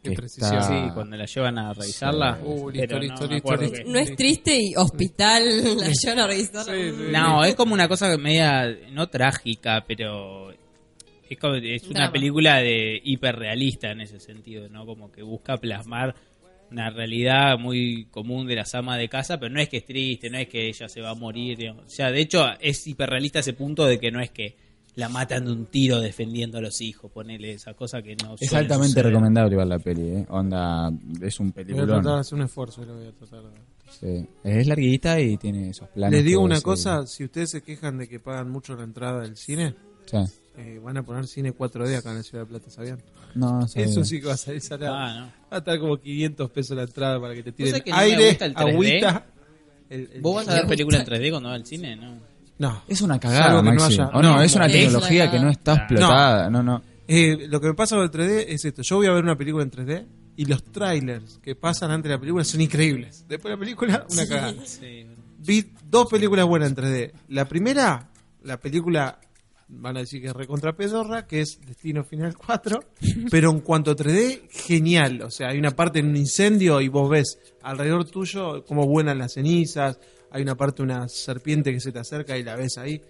A: que
B: Qué precisión.
A: está-
F: Sí, cuando la llevan a revisarla.
B: Uh, listo,
F: pero
B: listo,
F: no me
B: listo,
F: acuerdo
B: listo.
F: qué-
C: No es triste y hospital, la Jonah Revisor.
B: Sí, sí.
F: No, es como una cosa media, no trágica, pero es, como- es una
C: Drama.
F: película de hiperrealista en ese sentido, ¿no? Como que busca plasmar una realidad muy común de las amas de casa, pero no es que es triste, no es que ella se va a morir. digamos. O sea, de hecho, es hiperrealista ese punto de que no es que la matan de un tiro defendiendo a los hijos, ponele esa cosa que no
A: Es
F: suele
A: altamente
F: suceder.
A: recomendable ver la peli, ¿eh? Onda, es un
B: Voy a tratar de
A: peliculón.
B: hacer un esfuerzo, lo voy a tratar de...
A: Sí. Es larguita y tiene esos planos.
B: Les digo
A: que
B: una
A: vos
B: cosa, si ustedes se quejan de que pagan mucho la entrada del cine,
A: decís, sí.
B: eh, van a poner cine 4D acá en la Ciudad de Plata, ¿sabían?
A: No, no sabía.
B: Eso sí que va a salir salado.
F: Ah, no.
B: Va a estar como 500 pesos la entrada para que te tiren
F: sabés que no me
B: aire,
F: gusta el 3D?
B: agüita. El- el-
F: ¿Vos vas a ver película en 3D cuando vas al cine? No.
B: No.
A: Es una
B: Salvo
A: cagada,
B: que no
A: Maxi.
B: haya-
A: Oh, no,
B: no,
A: es una
C: es
A: tecnología
C: la
A: que no está
F: cagada.
A: explotada. No, no.
B: Eh, lo que me pasa con el 3D es esto. Yo voy a ver una película en 3D y los trailers que pasan antes de la película son increíbles. Después de la película, una cagada.
F: Sí.
B: Vi dos películas buenas en 3D. La primera, la película, van a decir que es recontra pedorra, que es Destino Final 4. Pero en cuanto a 3D, genial. O sea, hay una parte en un incendio y vos ves alrededor tuyo cómo vuelan las cenizas. Hay una parte, una serpiente que se te acerca y la ves ahí.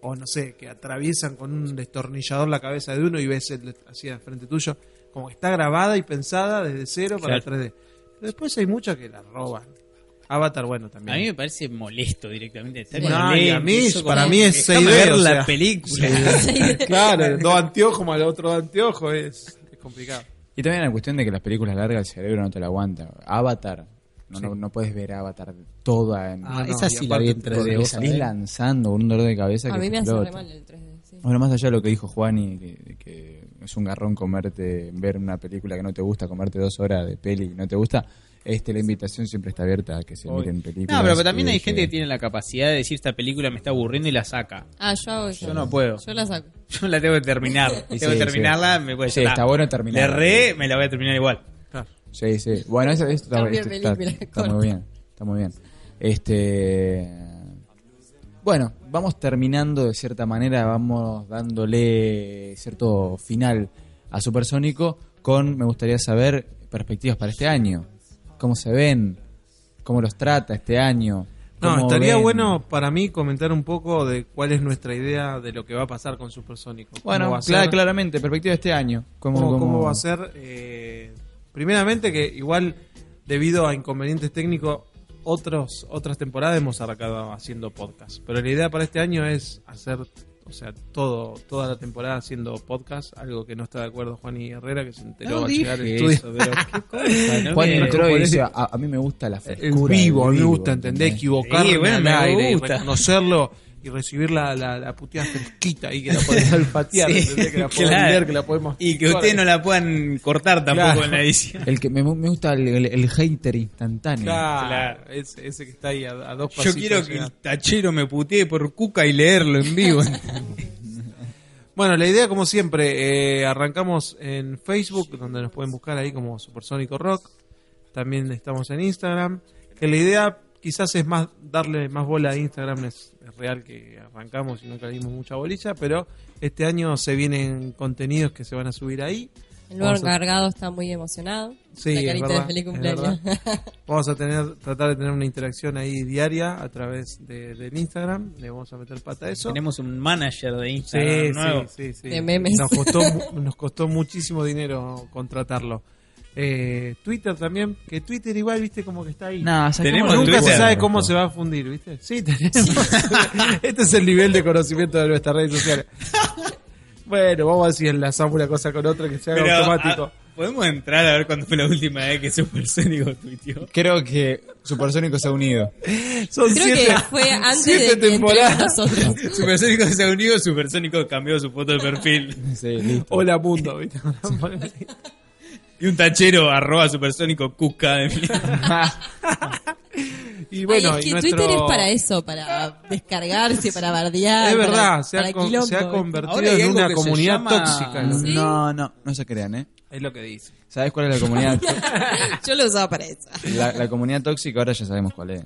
B: O no sé, que atraviesan con un destornillador la cabeza de uno y ves el, así al frente tuyo. Como que está grabada y pensada desde cero para
F: Claro.
B: 3D. Pero después hay muchas que la roban. Avatar, bueno, también.
F: A mí me parece molesto directamente. Está
C: Sí.
F: con
B: No,
F: lentes,
B: y a mí,
F: eso
B: para
F: como-
B: mí es
F: Déjame
B: 6D,
F: ver
B: o
F: la
B: sea.
F: película.
B: Claro, dos anteojos como el otro anteojo es, es complicado.
A: Y también la cuestión de que las películas largas el cerebro no te la aguanta. Avatar. No, no, no puedes ver Avatar toda en.
F: Ah,
B: no,
F: esa
B: y
F: sí la
B: aparte
F: vi en 3D.
A: porque
F: vos
A: salís
F: sabés.
A: lanzando con un dolor de cabeza que
C: A mí
A: te
C: me hace re
A: explota.
C: mal el 3D. sí.
A: Bueno, más allá de lo que dijo Juani, que, que es un garrón comerte, ver una película que no te gusta, comerte dos horas de peli que no te gusta, este la invitación siempre está abierta a que se miren películas.
F: No, pero también
A: y
F: hay gente que tiene la capacidad de decir esta película me está aburriendo y la saca.
C: Ah, yo hago eso.
F: Yo no puedo.
C: Yo la saco.
F: Yo la tengo que terminar.
A: Y
F: tengo
A: sí,
F: que terminarla, me voy a
A: Sí,
F: llorar.
A: está bueno terminar.
F: Le re, me la voy a terminar igual.
A: Sí, sí. Bueno, eso, esto está,
C: Cambio de
A: esto está-
C: película,
A: está
C: corta.
A: muy bien. Está muy bien. Este. Bueno, vamos terminando de cierta manera, vamos dándole cierto final a Supersónico con, me gustaría saber, perspectivas para este año. ¿Cómo se ven? ¿Cómo los trata este año?
B: No,
A: ¿Cómo
B: estaría
A: ven?
B: bueno para mí comentar un poco de cuál es nuestra idea de lo que va a pasar con Supersónico.
A: Bueno,
B: ¿Cómo va a
A: cla-
B: ser?
A: claramente, perspectiva de este año. ¿Cómo,
B: ¿Cómo, cómo
A: cómo-
B: va a ser? eh, primeramente que igual debido a inconvenientes técnicos otros otras temporadas hemos arrancado haciendo podcast, pero la idea para este año es hacer o O sea, todo, toda la temporada haciendo podcast, algo que no está de acuerdo Juan y Herrera, que se enteró
F: No
B: al llegar al
F: dije
B: estudio.
F: eso, pero qué cosa, ¿no?
A: Juan
F: Que-
A: entró y
B: ponés-
A: dice, a, a mí me gusta la
B: Eh, El
A: frescura.
B: vivo, a
A: del
B: mí me gusta,
A: ¿entendés?
B: ¿entendés? Equivocarme
F: Sí, bueno,
B: al
F: me
B: aire, y
F: gusta.
B: reconocerlo y recibir la, la, la puteada fresquita ahí que la podés olfatear,
F: Sí,
B: ¿entendés? que la podés
F: claro.
B: leer, que la podemos...
F: Y que ustedes no la puedan cortar tampoco
B: Claro.
F: en la edición.
A: El que me, me gusta el, el- el hater instantáneo.
B: Mm. Claro,
F: Claro.
B: Ese, ese que está ahí a, a dos
F: Yo
B: pasitos.
F: quiero que
B: ya.
F: el tachero me putee por cuca y leerlo en vivo.
B: Bueno, la idea, como siempre, eh, arrancamos en Facebook, donde nos pueden buscar ahí como Supersónico Rock. También estamos en Instagram. Que la idea quizás es más darle más bola a Instagram, es, es real que arrancamos y no caímos mucha bolilla, pero este año se vienen contenidos que se van a subir ahí.
C: El nuevo
B: Vamos a-
C: encargado está muy emocionado.
B: Sí,
C: la
B: es
C: carita
B: verdad,
C: de feliz
B: es
C: cumpleaños.
B: Vamos a tener tratar de tener una interacción ahí diaria a través de- del Instagram. Le vamos a meter pata a eso.
F: Tenemos un manager de
B: Sí,
F: Instagram nuevo.
B: sí, sí, sí.
C: De memes.
B: Nos costó, mu- nos costó muchísimo dinero contratarlo. Eh, Twitter también, que Twitter igual, viste, como que está ahí.
A: Nah,
F: Tenemos
A: sacamos-
B: Nunca
F: Twitter.
B: se sabe cómo se va a fundir, ¿viste? Sí, tenemos. este es el nivel de conocimiento de nuestras redes sociales. Bueno, vamos a decir, enlazamos una cosa con otra que se haga
F: Pero,
B: automático.
F: ah, podemos entrar a ver cuándo fue la última vez que Supersónico tuiteó.
A: Creo que Supersónico se ha unido.
B: Son
C: Creo
B: siete,
C: que fue antes
B: siete
C: de que entremos
B: temporadas.
C: nosotros.
F: Supersónico se unió, Supersónico cambió su foto de perfil.
A: Sí, listo.
B: Hola mundo, ¿viste?
F: Y un tachero arroba Supersónico cuca de mí.
B: y
C: Ay,
B: bueno,
C: es que
B: y nuestro-
C: Twitter es para eso, para descargarse, para bardear.
B: Es verdad,
C: para-
B: se ha,
C: para
B: con-
C: quilombo,
B: se ha
C: ¿viste?
B: convertido
F: Ahora hay
B: en
F: algo
B: una
F: que se
B: comunidad
F: llama-
B: tóxica. ¿no?
C: Sí.
A: No, no, no se crean, ¿eh?
B: ¿Ah, Es lo que dice.
A: ¿Sabes cuál es la comunidad? tó-
C: Yo lo usaba para eso.
A: la, la comunidad tóxica ahora ya sabemos cuál es.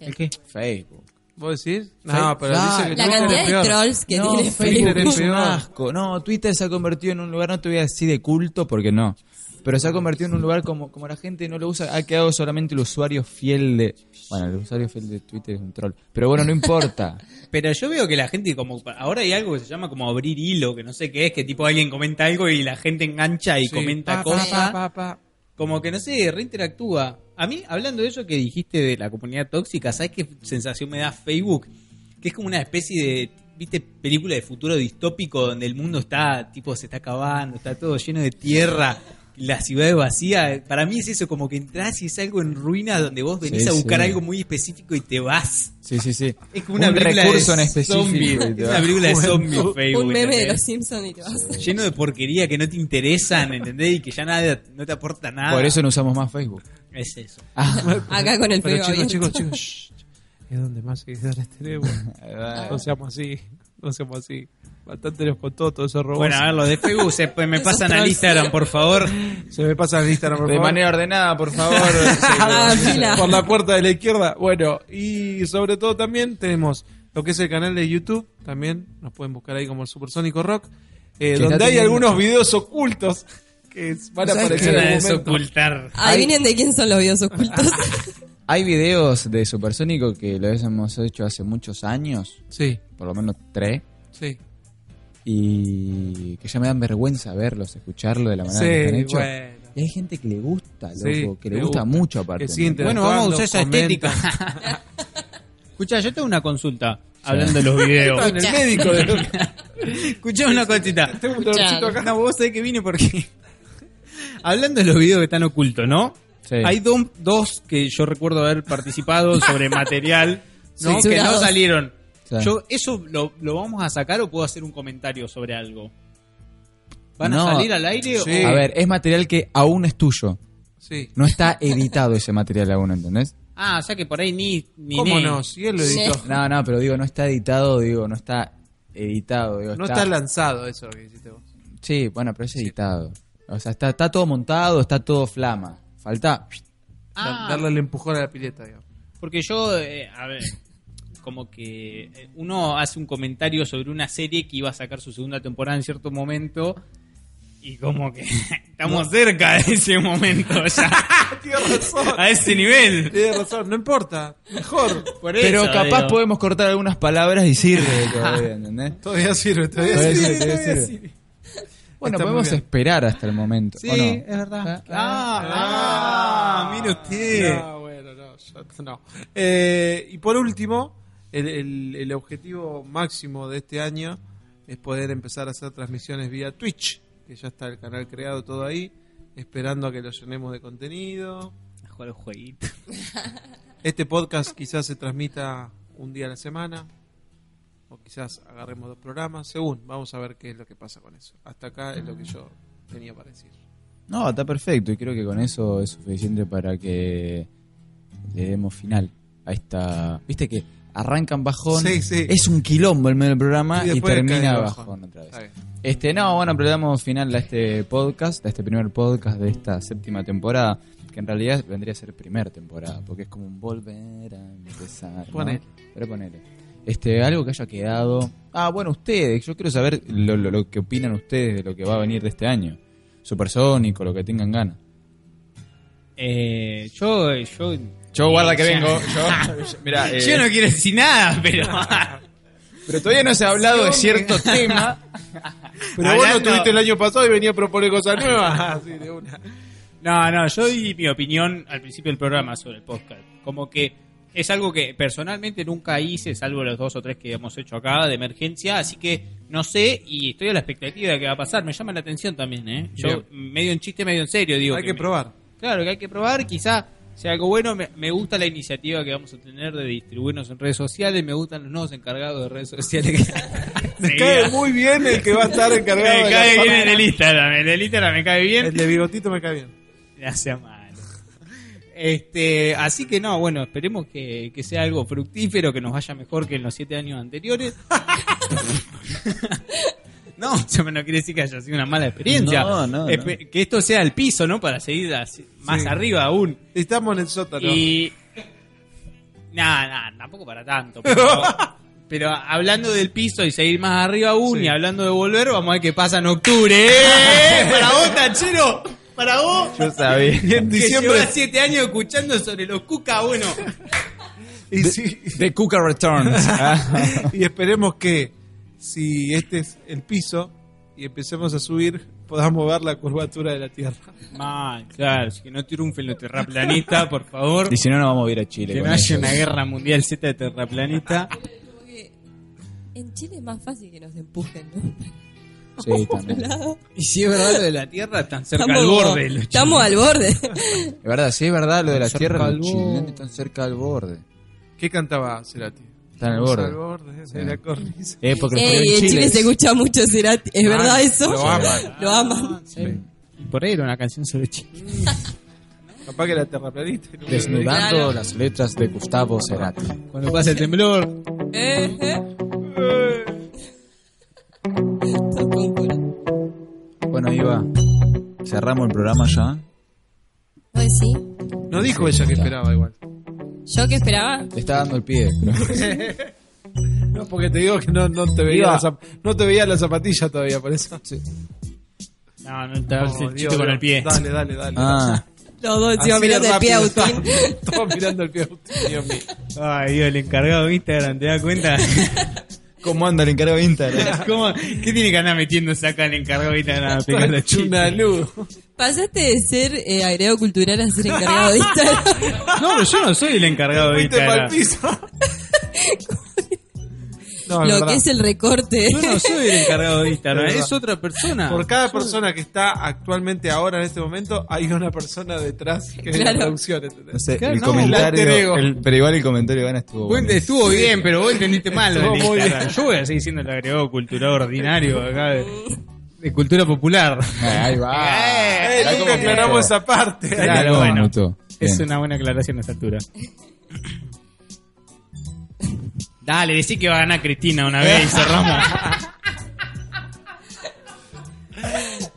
C: ¿El
A: qué? Facebook.
B: ¿Vos decís?
A: Sí.
B: No, pero
A: Ah,
B: dice que
C: La
B: Twitter
C: cantidad
B: es
C: de
B: peor.
C: trolls que
A: no,
C: tiene
A: Facebook
C: Facebook.
B: Twitter es
A: es un
B: peor.
A: asco. No, Twitter se ha convertido en un lugar, no te voy a decir de culto porque no, pero se ha convertido en un lugar como, como la gente no lo usa, ha quedado solamente el usuario fiel de... Bueno, el usuario fiel de Twitter es un troll, pero bueno, no importa.
F: Pero yo veo que la gente como ahora hay algo que se llama como abrir hilo, que no sé qué es, que tipo alguien comenta algo y la gente engancha y
B: Sí.
F: comenta
B: Pa, pa,
F: cosas.
B: pa, pa, pa.
F: Como que no sé, reinteractúa. A mí, hablando de eso que dijiste de la comunidad tóxica, ¿sabes qué sensación me da Facebook? Que es como una especie de, ¿viste? Película de futuro distópico donde el mundo está, tipo, se está acabando, está todo lleno de tierra, la ciudad es vacía. Para mí es eso, como que entras y es algo en ruinas donde vos venís
A: Sí,
F: a buscar
A: sí.
F: algo muy específico y te vas.
A: Sí, sí, sí.
F: Es como una
A: un
F: película
A: recurso en
F: de
A: específico.
F: zombie.
A: y te
F: Es
A: va.
F: una película de zombie Facebook.
C: Un meme de
F: ¿entendés?
C: los Simpsons y te vas.
F: Lleno de porquería que no te interesan, ¿entendés? Y que ya nada no te aporta nada.
A: Por eso no usamos más Facebook. Ah,
F: es eso.
C: Acá con el
B: Pero
C: Facebook
B: chicos, chicos,
C: abierto.
B: chicos, shh, es donde más seguidores tenemos. No seamos así, no seamos así. Bastante nos contó todo eso robó.
F: Bueno, a ver, lo de Facebook se- pues, me
C: Esos
F: pasan al
C: trolls.
F: Instagram, por favor.
B: Se me pasa el Instagram, por
A: De
B: favor.
A: manera ordenada, por favor.
C: Ah, fila.
B: Por la puerta de la izquierda. Bueno, y sobre todo también tenemos lo que es el canal de YouTube. También nos pueden buscar ahí como el Supersónico Rock. eh,
A: Que
B: donde hay
A: está teniendo-
B: videos videos ocultos que van a
A: ¿Sabes qué?
B: aparecer en algún momento.
F: desocultar.
C: Adivinen de quién son los videos ocultos.
A: Hay videos de Supersónico que lo hemos hecho hace muchos años,
B: Sí,
A: por lo menos tres,
B: sí.
A: y que ya me dan vergüenza verlos, escucharlo de la manera
B: Sí,
A: que están hechos.
B: bueno.
A: Y hay gente que le gusta, loco,
B: Sí,
A: que le
B: le
A: gusta,
B: gusta.
A: mucho aparte.
B: Que siente-
F: Bueno, vamos a usar esa
B: Comenta.
F: estética. Escucha, yo tengo una consulta. Hablando de los videos.
B: Con el médico de...
F: Escuchá una cosita.
B: Tengo un
C: Escuchá.
B: dolorcito acá.
F: No, vos sabés que vine porque... Hablando de los videos que están ocultos, ¿no?
A: Sí.
F: Hay do- dos que yo recuerdo haber participado sobre material ¿no? que no
C: Censurados.
F: salieron.
A: Sí.
F: Yo, ¿Eso lo, lo vamos a sacar o puedo hacer un comentario sobre algo? ¿Van
A: No.
F: a salir al aire
B: Sí.
F: o
A: A ver, es material que aún es tuyo.
B: Sí.
A: No está editado ese material aún, ¿entendés?
F: Ah, o sea que por ahí ni. ni
B: ¿Cómo
F: ni.
B: no? Si él lo editó.
A: No, no, pero digo, no está editado, digo, no está editado. Digo,
B: No está lanzado eso lo que hiciste vos.
A: Sí, bueno, pero es editado. O sea, está, está todo montado, está todo flama. Falta...
F: Ah,
B: Darle el empujón a la pileta, digamos.
F: porque yo, eh, a ver, como que eh, uno hace un comentario sobre una serie que iba a sacar su segunda temporada en cierto momento. Y como que estamos cerca de ese momento ya.
B: Tienes razón.
F: a ese nivel.
B: Tienes razón, no importa. Mejor.
F: Por
A: Pero
F: eso,
A: capaz
F: digo.
A: podemos cortar algunas palabras y sirve todavía, ¿entendés?
B: Todavía sirve, todavía
A: Todavía
B: sirve.
A: sirve, todavía sirve. Bueno,
B: Está muy
A: podemos
B: bien.
A: esperar hasta el momento.
F: Sí,
A: ¿o no?
F: es verdad. Ah, ah, mire usted.
B: No, bueno, no, yo- no. Eh, y por último, el, el- el objetivo máximo de este año es poder empezar a hacer transmisiones vía Twitch, que ya está el canal creado todo ahí, esperando a que lo llenemos de contenido.
F: A jugar un jueguito.
B: Este podcast quizás se transmita un día a la semana. O quizás agarremos dos programas. Según, vamos a ver qué es lo que pasa con eso. Hasta acá es lo que yo tenía para decir.
A: No, está perfecto y creo que con eso es suficiente para que le demos final a esta... Viste que arrancan bajón,
B: Sí, sí.
A: es un quilombo el medio del programa y,
B: después cae
A: termina
B: el
A: bajón.
B: bajón.
A: otra vez.
B: Está bien.
A: Este, no, bueno, pero le damos final a este podcast, a este primer podcast de esta séptima temporada, que en realidad vendría a ser primer temporada, porque es como un volver a empezar. ¿no?
B: Ponele.
A: Pero ponele. Este, algo que haya quedado. Ah, bueno, ustedes, yo quiero saber lo, lo- lo que opinan ustedes de lo que va a venir de este año. Supersónico, lo que tengan ganas.
F: Eh, yo, yo,
A: Yo guarda que
F: Ya.
A: vengo, yo,
B: Ah,
A: mira, eh,
B: eh.
F: yo no quiero decir nada, pero.
A: pero todavía no se ha hablado de cierto tema.
B: Pero vos lo
F: Hablando-
B: tuviste el año pasado y venía a proponer cosas nuevas. Así de una.
F: No, no, yo di mi opinión al principio del programa sobre el podcast. Como que es algo que personalmente nunca hice, salvo los dos o tres que hemos hecho acá de emergencia, así que no sé y estoy a la expectativa de que va a pasar. Me llama la atención también, ¿eh? Yo medio en chiste, medio en serio digo.
B: Hay que
F: me-
B: probar.
F: Claro, que hay que probar, quizá sea algo bueno. Me, me gusta la iniciativa que vamos a tener de distribuirnos en redes sociales, me gustan los nuevos encargados de redes sociales. que-
B: Me cae muy bien el que va a estar
F: Me
B: encargado de la
F: cae bien
B: cámara.
F: en el Instagram, en el Instagram me cae bien.
B: El de bigotito me cae bien.
F: Ya sea malo. Este, así que no, bueno, esperemos que, que sea algo fructífero, que nos vaya mejor que en los siete años anteriores. no, eso no quiere decir que haya sido una mala experiencia.
A: No, no, no.
F: Espe- Que esto sea el piso, ¿no? Para seguir así- más
B: Sí.
F: arriba aún.
B: Estamos en el sótano.
F: Y. Nada, nada, tampoco para tanto. Pero, pero hablando del piso y seguir más arriba aún
B: Sí.
F: y hablando de volver, vamos a ver qué pasa en octubre. ¡Eh! ¡Para vos, Tanchero! ¡Para vos!
A: Yo sabía.
B: En
F: Que
B: diciembre.
F: lleva siete años escuchando sobre los cuca, bueno.
B: y sí.
A: The Cooker Returns. Ah.
B: y esperemos que si este es el piso y empecemos a subir, podamos ver la curvatura de la Tierra.
F: Mal, claro, si que no triunfen los terraplanistas, por favor.
A: y si no, nos vamos a ir a Chile.
F: Que no
A: con
F: haya
A: eso.
F: una guerra mundial Z de terraplanista.
C: Como que en Chile es más fácil que nos empujen, ¿no?
A: Sí, también.
F: Y si es verdad lo de la Tierra, tan cerca al
C: como-
F: borde. los
C: estamos al borde.
A: Es verdad, sí, es verdad, lo de la
F: Cerca
A: tierra,
F: al
A: los chilenos están cerca del borde.
B: ¿Qué cantaba Cerati?
A: Están al
B: Vamos
A: borde.
B: Al borde de la cornisa.
A: Eh, porque el
C: Ey,
A: frío
C: en Chile, se escucha mucho Cerati. ¿Es verdad eso?
B: Lo aman.
C: Lo aman.
F: chinos. Sí. Y por ahí era una canción sobre Chile.
B: Capaz que la terraplanista. y no-
A: Desnudando
C: Claro.
A: las letras de Gustavo Cerati.
F: Cuando pasa el temblor.
C: Eh, eh. Tocó un culo.
A: Bueno, Iba, cerramos el programa ya.
C: Pues sí.
B: No dijo ella que esperaba igual.
C: Yo que esperaba.
A: Te está dando el pie. pero-
B: No, porque te digo que no, no te veía
A: Iba.
B: la zap- no te veía la zapatilla todavía, por eso.
F: No, no te
B: Oh,
F: el
B: Dios,
F: chiste con
B: Dios.
F: el pie.
B: Dale, dale, dale.
A: Ah,
C: Los dos
B: Así
C: encima
B: de
C: mirando el pie a
B: rápido,
C: Agustín.
B: Todos mirando el pie a Agustín, Dios mío.
F: Ay, Dios, el encargado de Instagram, ¿te das cuenta?
A: ¿cómo anda el encargo de Instagram?
F: ¿Cómo? ¿Qué tiene que andar metiéndose acá el encargado de Instagram a pegar los
B: Es
F: chistes?
B: una luz.
C: Pasaste de ser eh, agregado cultural a ser encargado de Instagram.
F: No, pero yo no soy el encargado de
B: Fuiste pa'l
F: Instagram.
B: piso. No, es
C: lo
B: verdad.
C: que es el recorte.
F: Yo no soy el encargado de Instagram,
B: Es verdad.
F: es otra persona.
B: Por cada persona que está actualmente ahora en este momento, hay una persona detrás que es la
C: Claro.
B: producción,
A: No
B: ¿entendés?
A: sé,
F: Claro,
A: el
F: no,
B: el alter
A: comentario.
B: ego.
A: el- pero igual el comentario Iván estuvo.
F: Vos
A: bueno.
F: ent- estuvo bien, pero vos entendiste mal lo del
B: Estuvo muy
F: Instagram. Yo voy a seguir siendo el agregado cultural ordinario acá de, de cultura popular.
A: Ah, Ahí va.
B: Eh,
A: Mirá
B: nunca
A: cómo
B: aclaramos
A: mutó.
B: esa parte.
F: Claro,
A: cómo
F: bueno.
A: mutó.
F: Es
A: Bien.
F: una buena aclaración a esta altura. Dale, decí que va a ganar Cristina una vez y cerramos.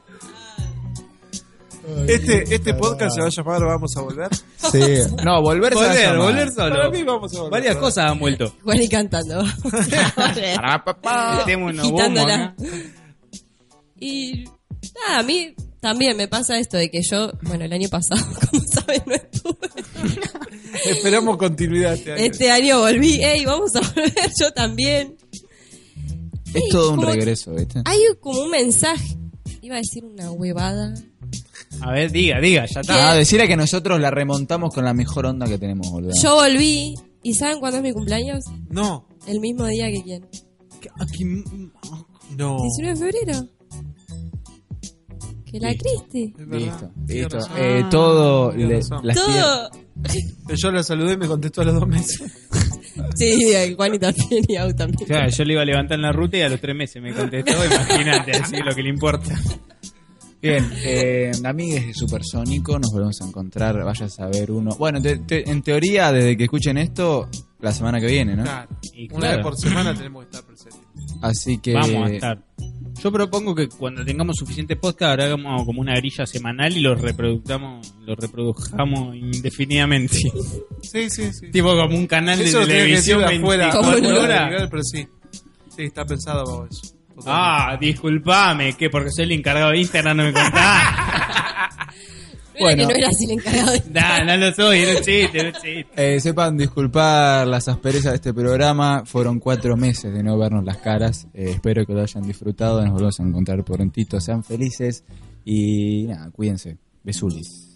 B: Este, este podcast se va a llamar Vamos a Volver.
A: Sí. No, volver se va a
F: Volver,
A: llamar.
F: volver
B: Para
F: solo.
B: mí vamos a volver.
F: Varias cosas han vuelto.
C: Juan y cantando.
A: Pará, papá.
F: Tenemos unos bombos
C: Quitándola.
F: acá.
C: Y nada, a mí también me pasa esto de que yo, bueno, el año pasado, como saben, no estuve.
B: Esperamos continuidad este año.
C: Este año volví, ey, vamos a volver, yo también.
A: Es todo un
C: Como-
A: regreso, ¿viste?
C: Hay como un mensaje. Iba a decir una huevada.
F: A ver, diga, diga, ya está.
A: Ah, decir a que nosotros la remontamos con la mejor onda que tenemos, boludo.
C: Yo volví ¿Y saben cuándo es mi cumpleaños?
B: No.
C: El mismo día que quién.
B: No.
C: 19 de febrero. Que la
A: Listo.
C: Cristi.
B: Es verdad,
A: Listo,
B: tiene
A: listo.
B: razón.
A: Eh, todo.
B: Tiene
A: le-
B: razón.
A: las pier-
C: Todo.
B: Yo la saludé y me contestó a los dos meses.
C: Sí, el Juan y también y Au también.
F: Claro, yo le iba a levantar en la ruta y a los tres meses me contestó, imagínate, así lo que le importa.
A: Bien, eh, amigues de Supersónico, nos volvemos a encontrar. Vaya a saber uno. Bueno, te- te- en teoría, desde que escuchen esto, la semana que viene, ¿no?
B: Claro.
F: Y
B: Una vez
F: claro.
B: por semana tenemos que estar presentes.
A: Así que.
F: Vamos a estar. Yo propongo que cuando tengamos suficiente podcast ahora hagamos como una grilla semanal y los reproductamos, los reprodujamos indefinidamente.
B: Sí, sí, sí.
F: tipo como un canal
B: Eso
F: de
B: lo tiene que decir
F: televisión
B: de afuera.
F: 24
B: afuera
F: horas.
B: del Pero sí. Sí, está pensado para eso. Totalmente.
F: Ah, disculpame, que porque soy el encargado de Instagram no me contás.
C: Bueno.
A: Bueno.
C: que no era así el encargado de...
F: nah, no lo soy, no chiste, no chiste.
A: Eh, sepan disculpar las asperezas de este programa. Fueron cuatro meses de no vernos las caras. Eh, espero que lo hayan disfrutado. Nos volvemos a encontrar prontito. Sean felices. Y nada, cuídense. Besulis.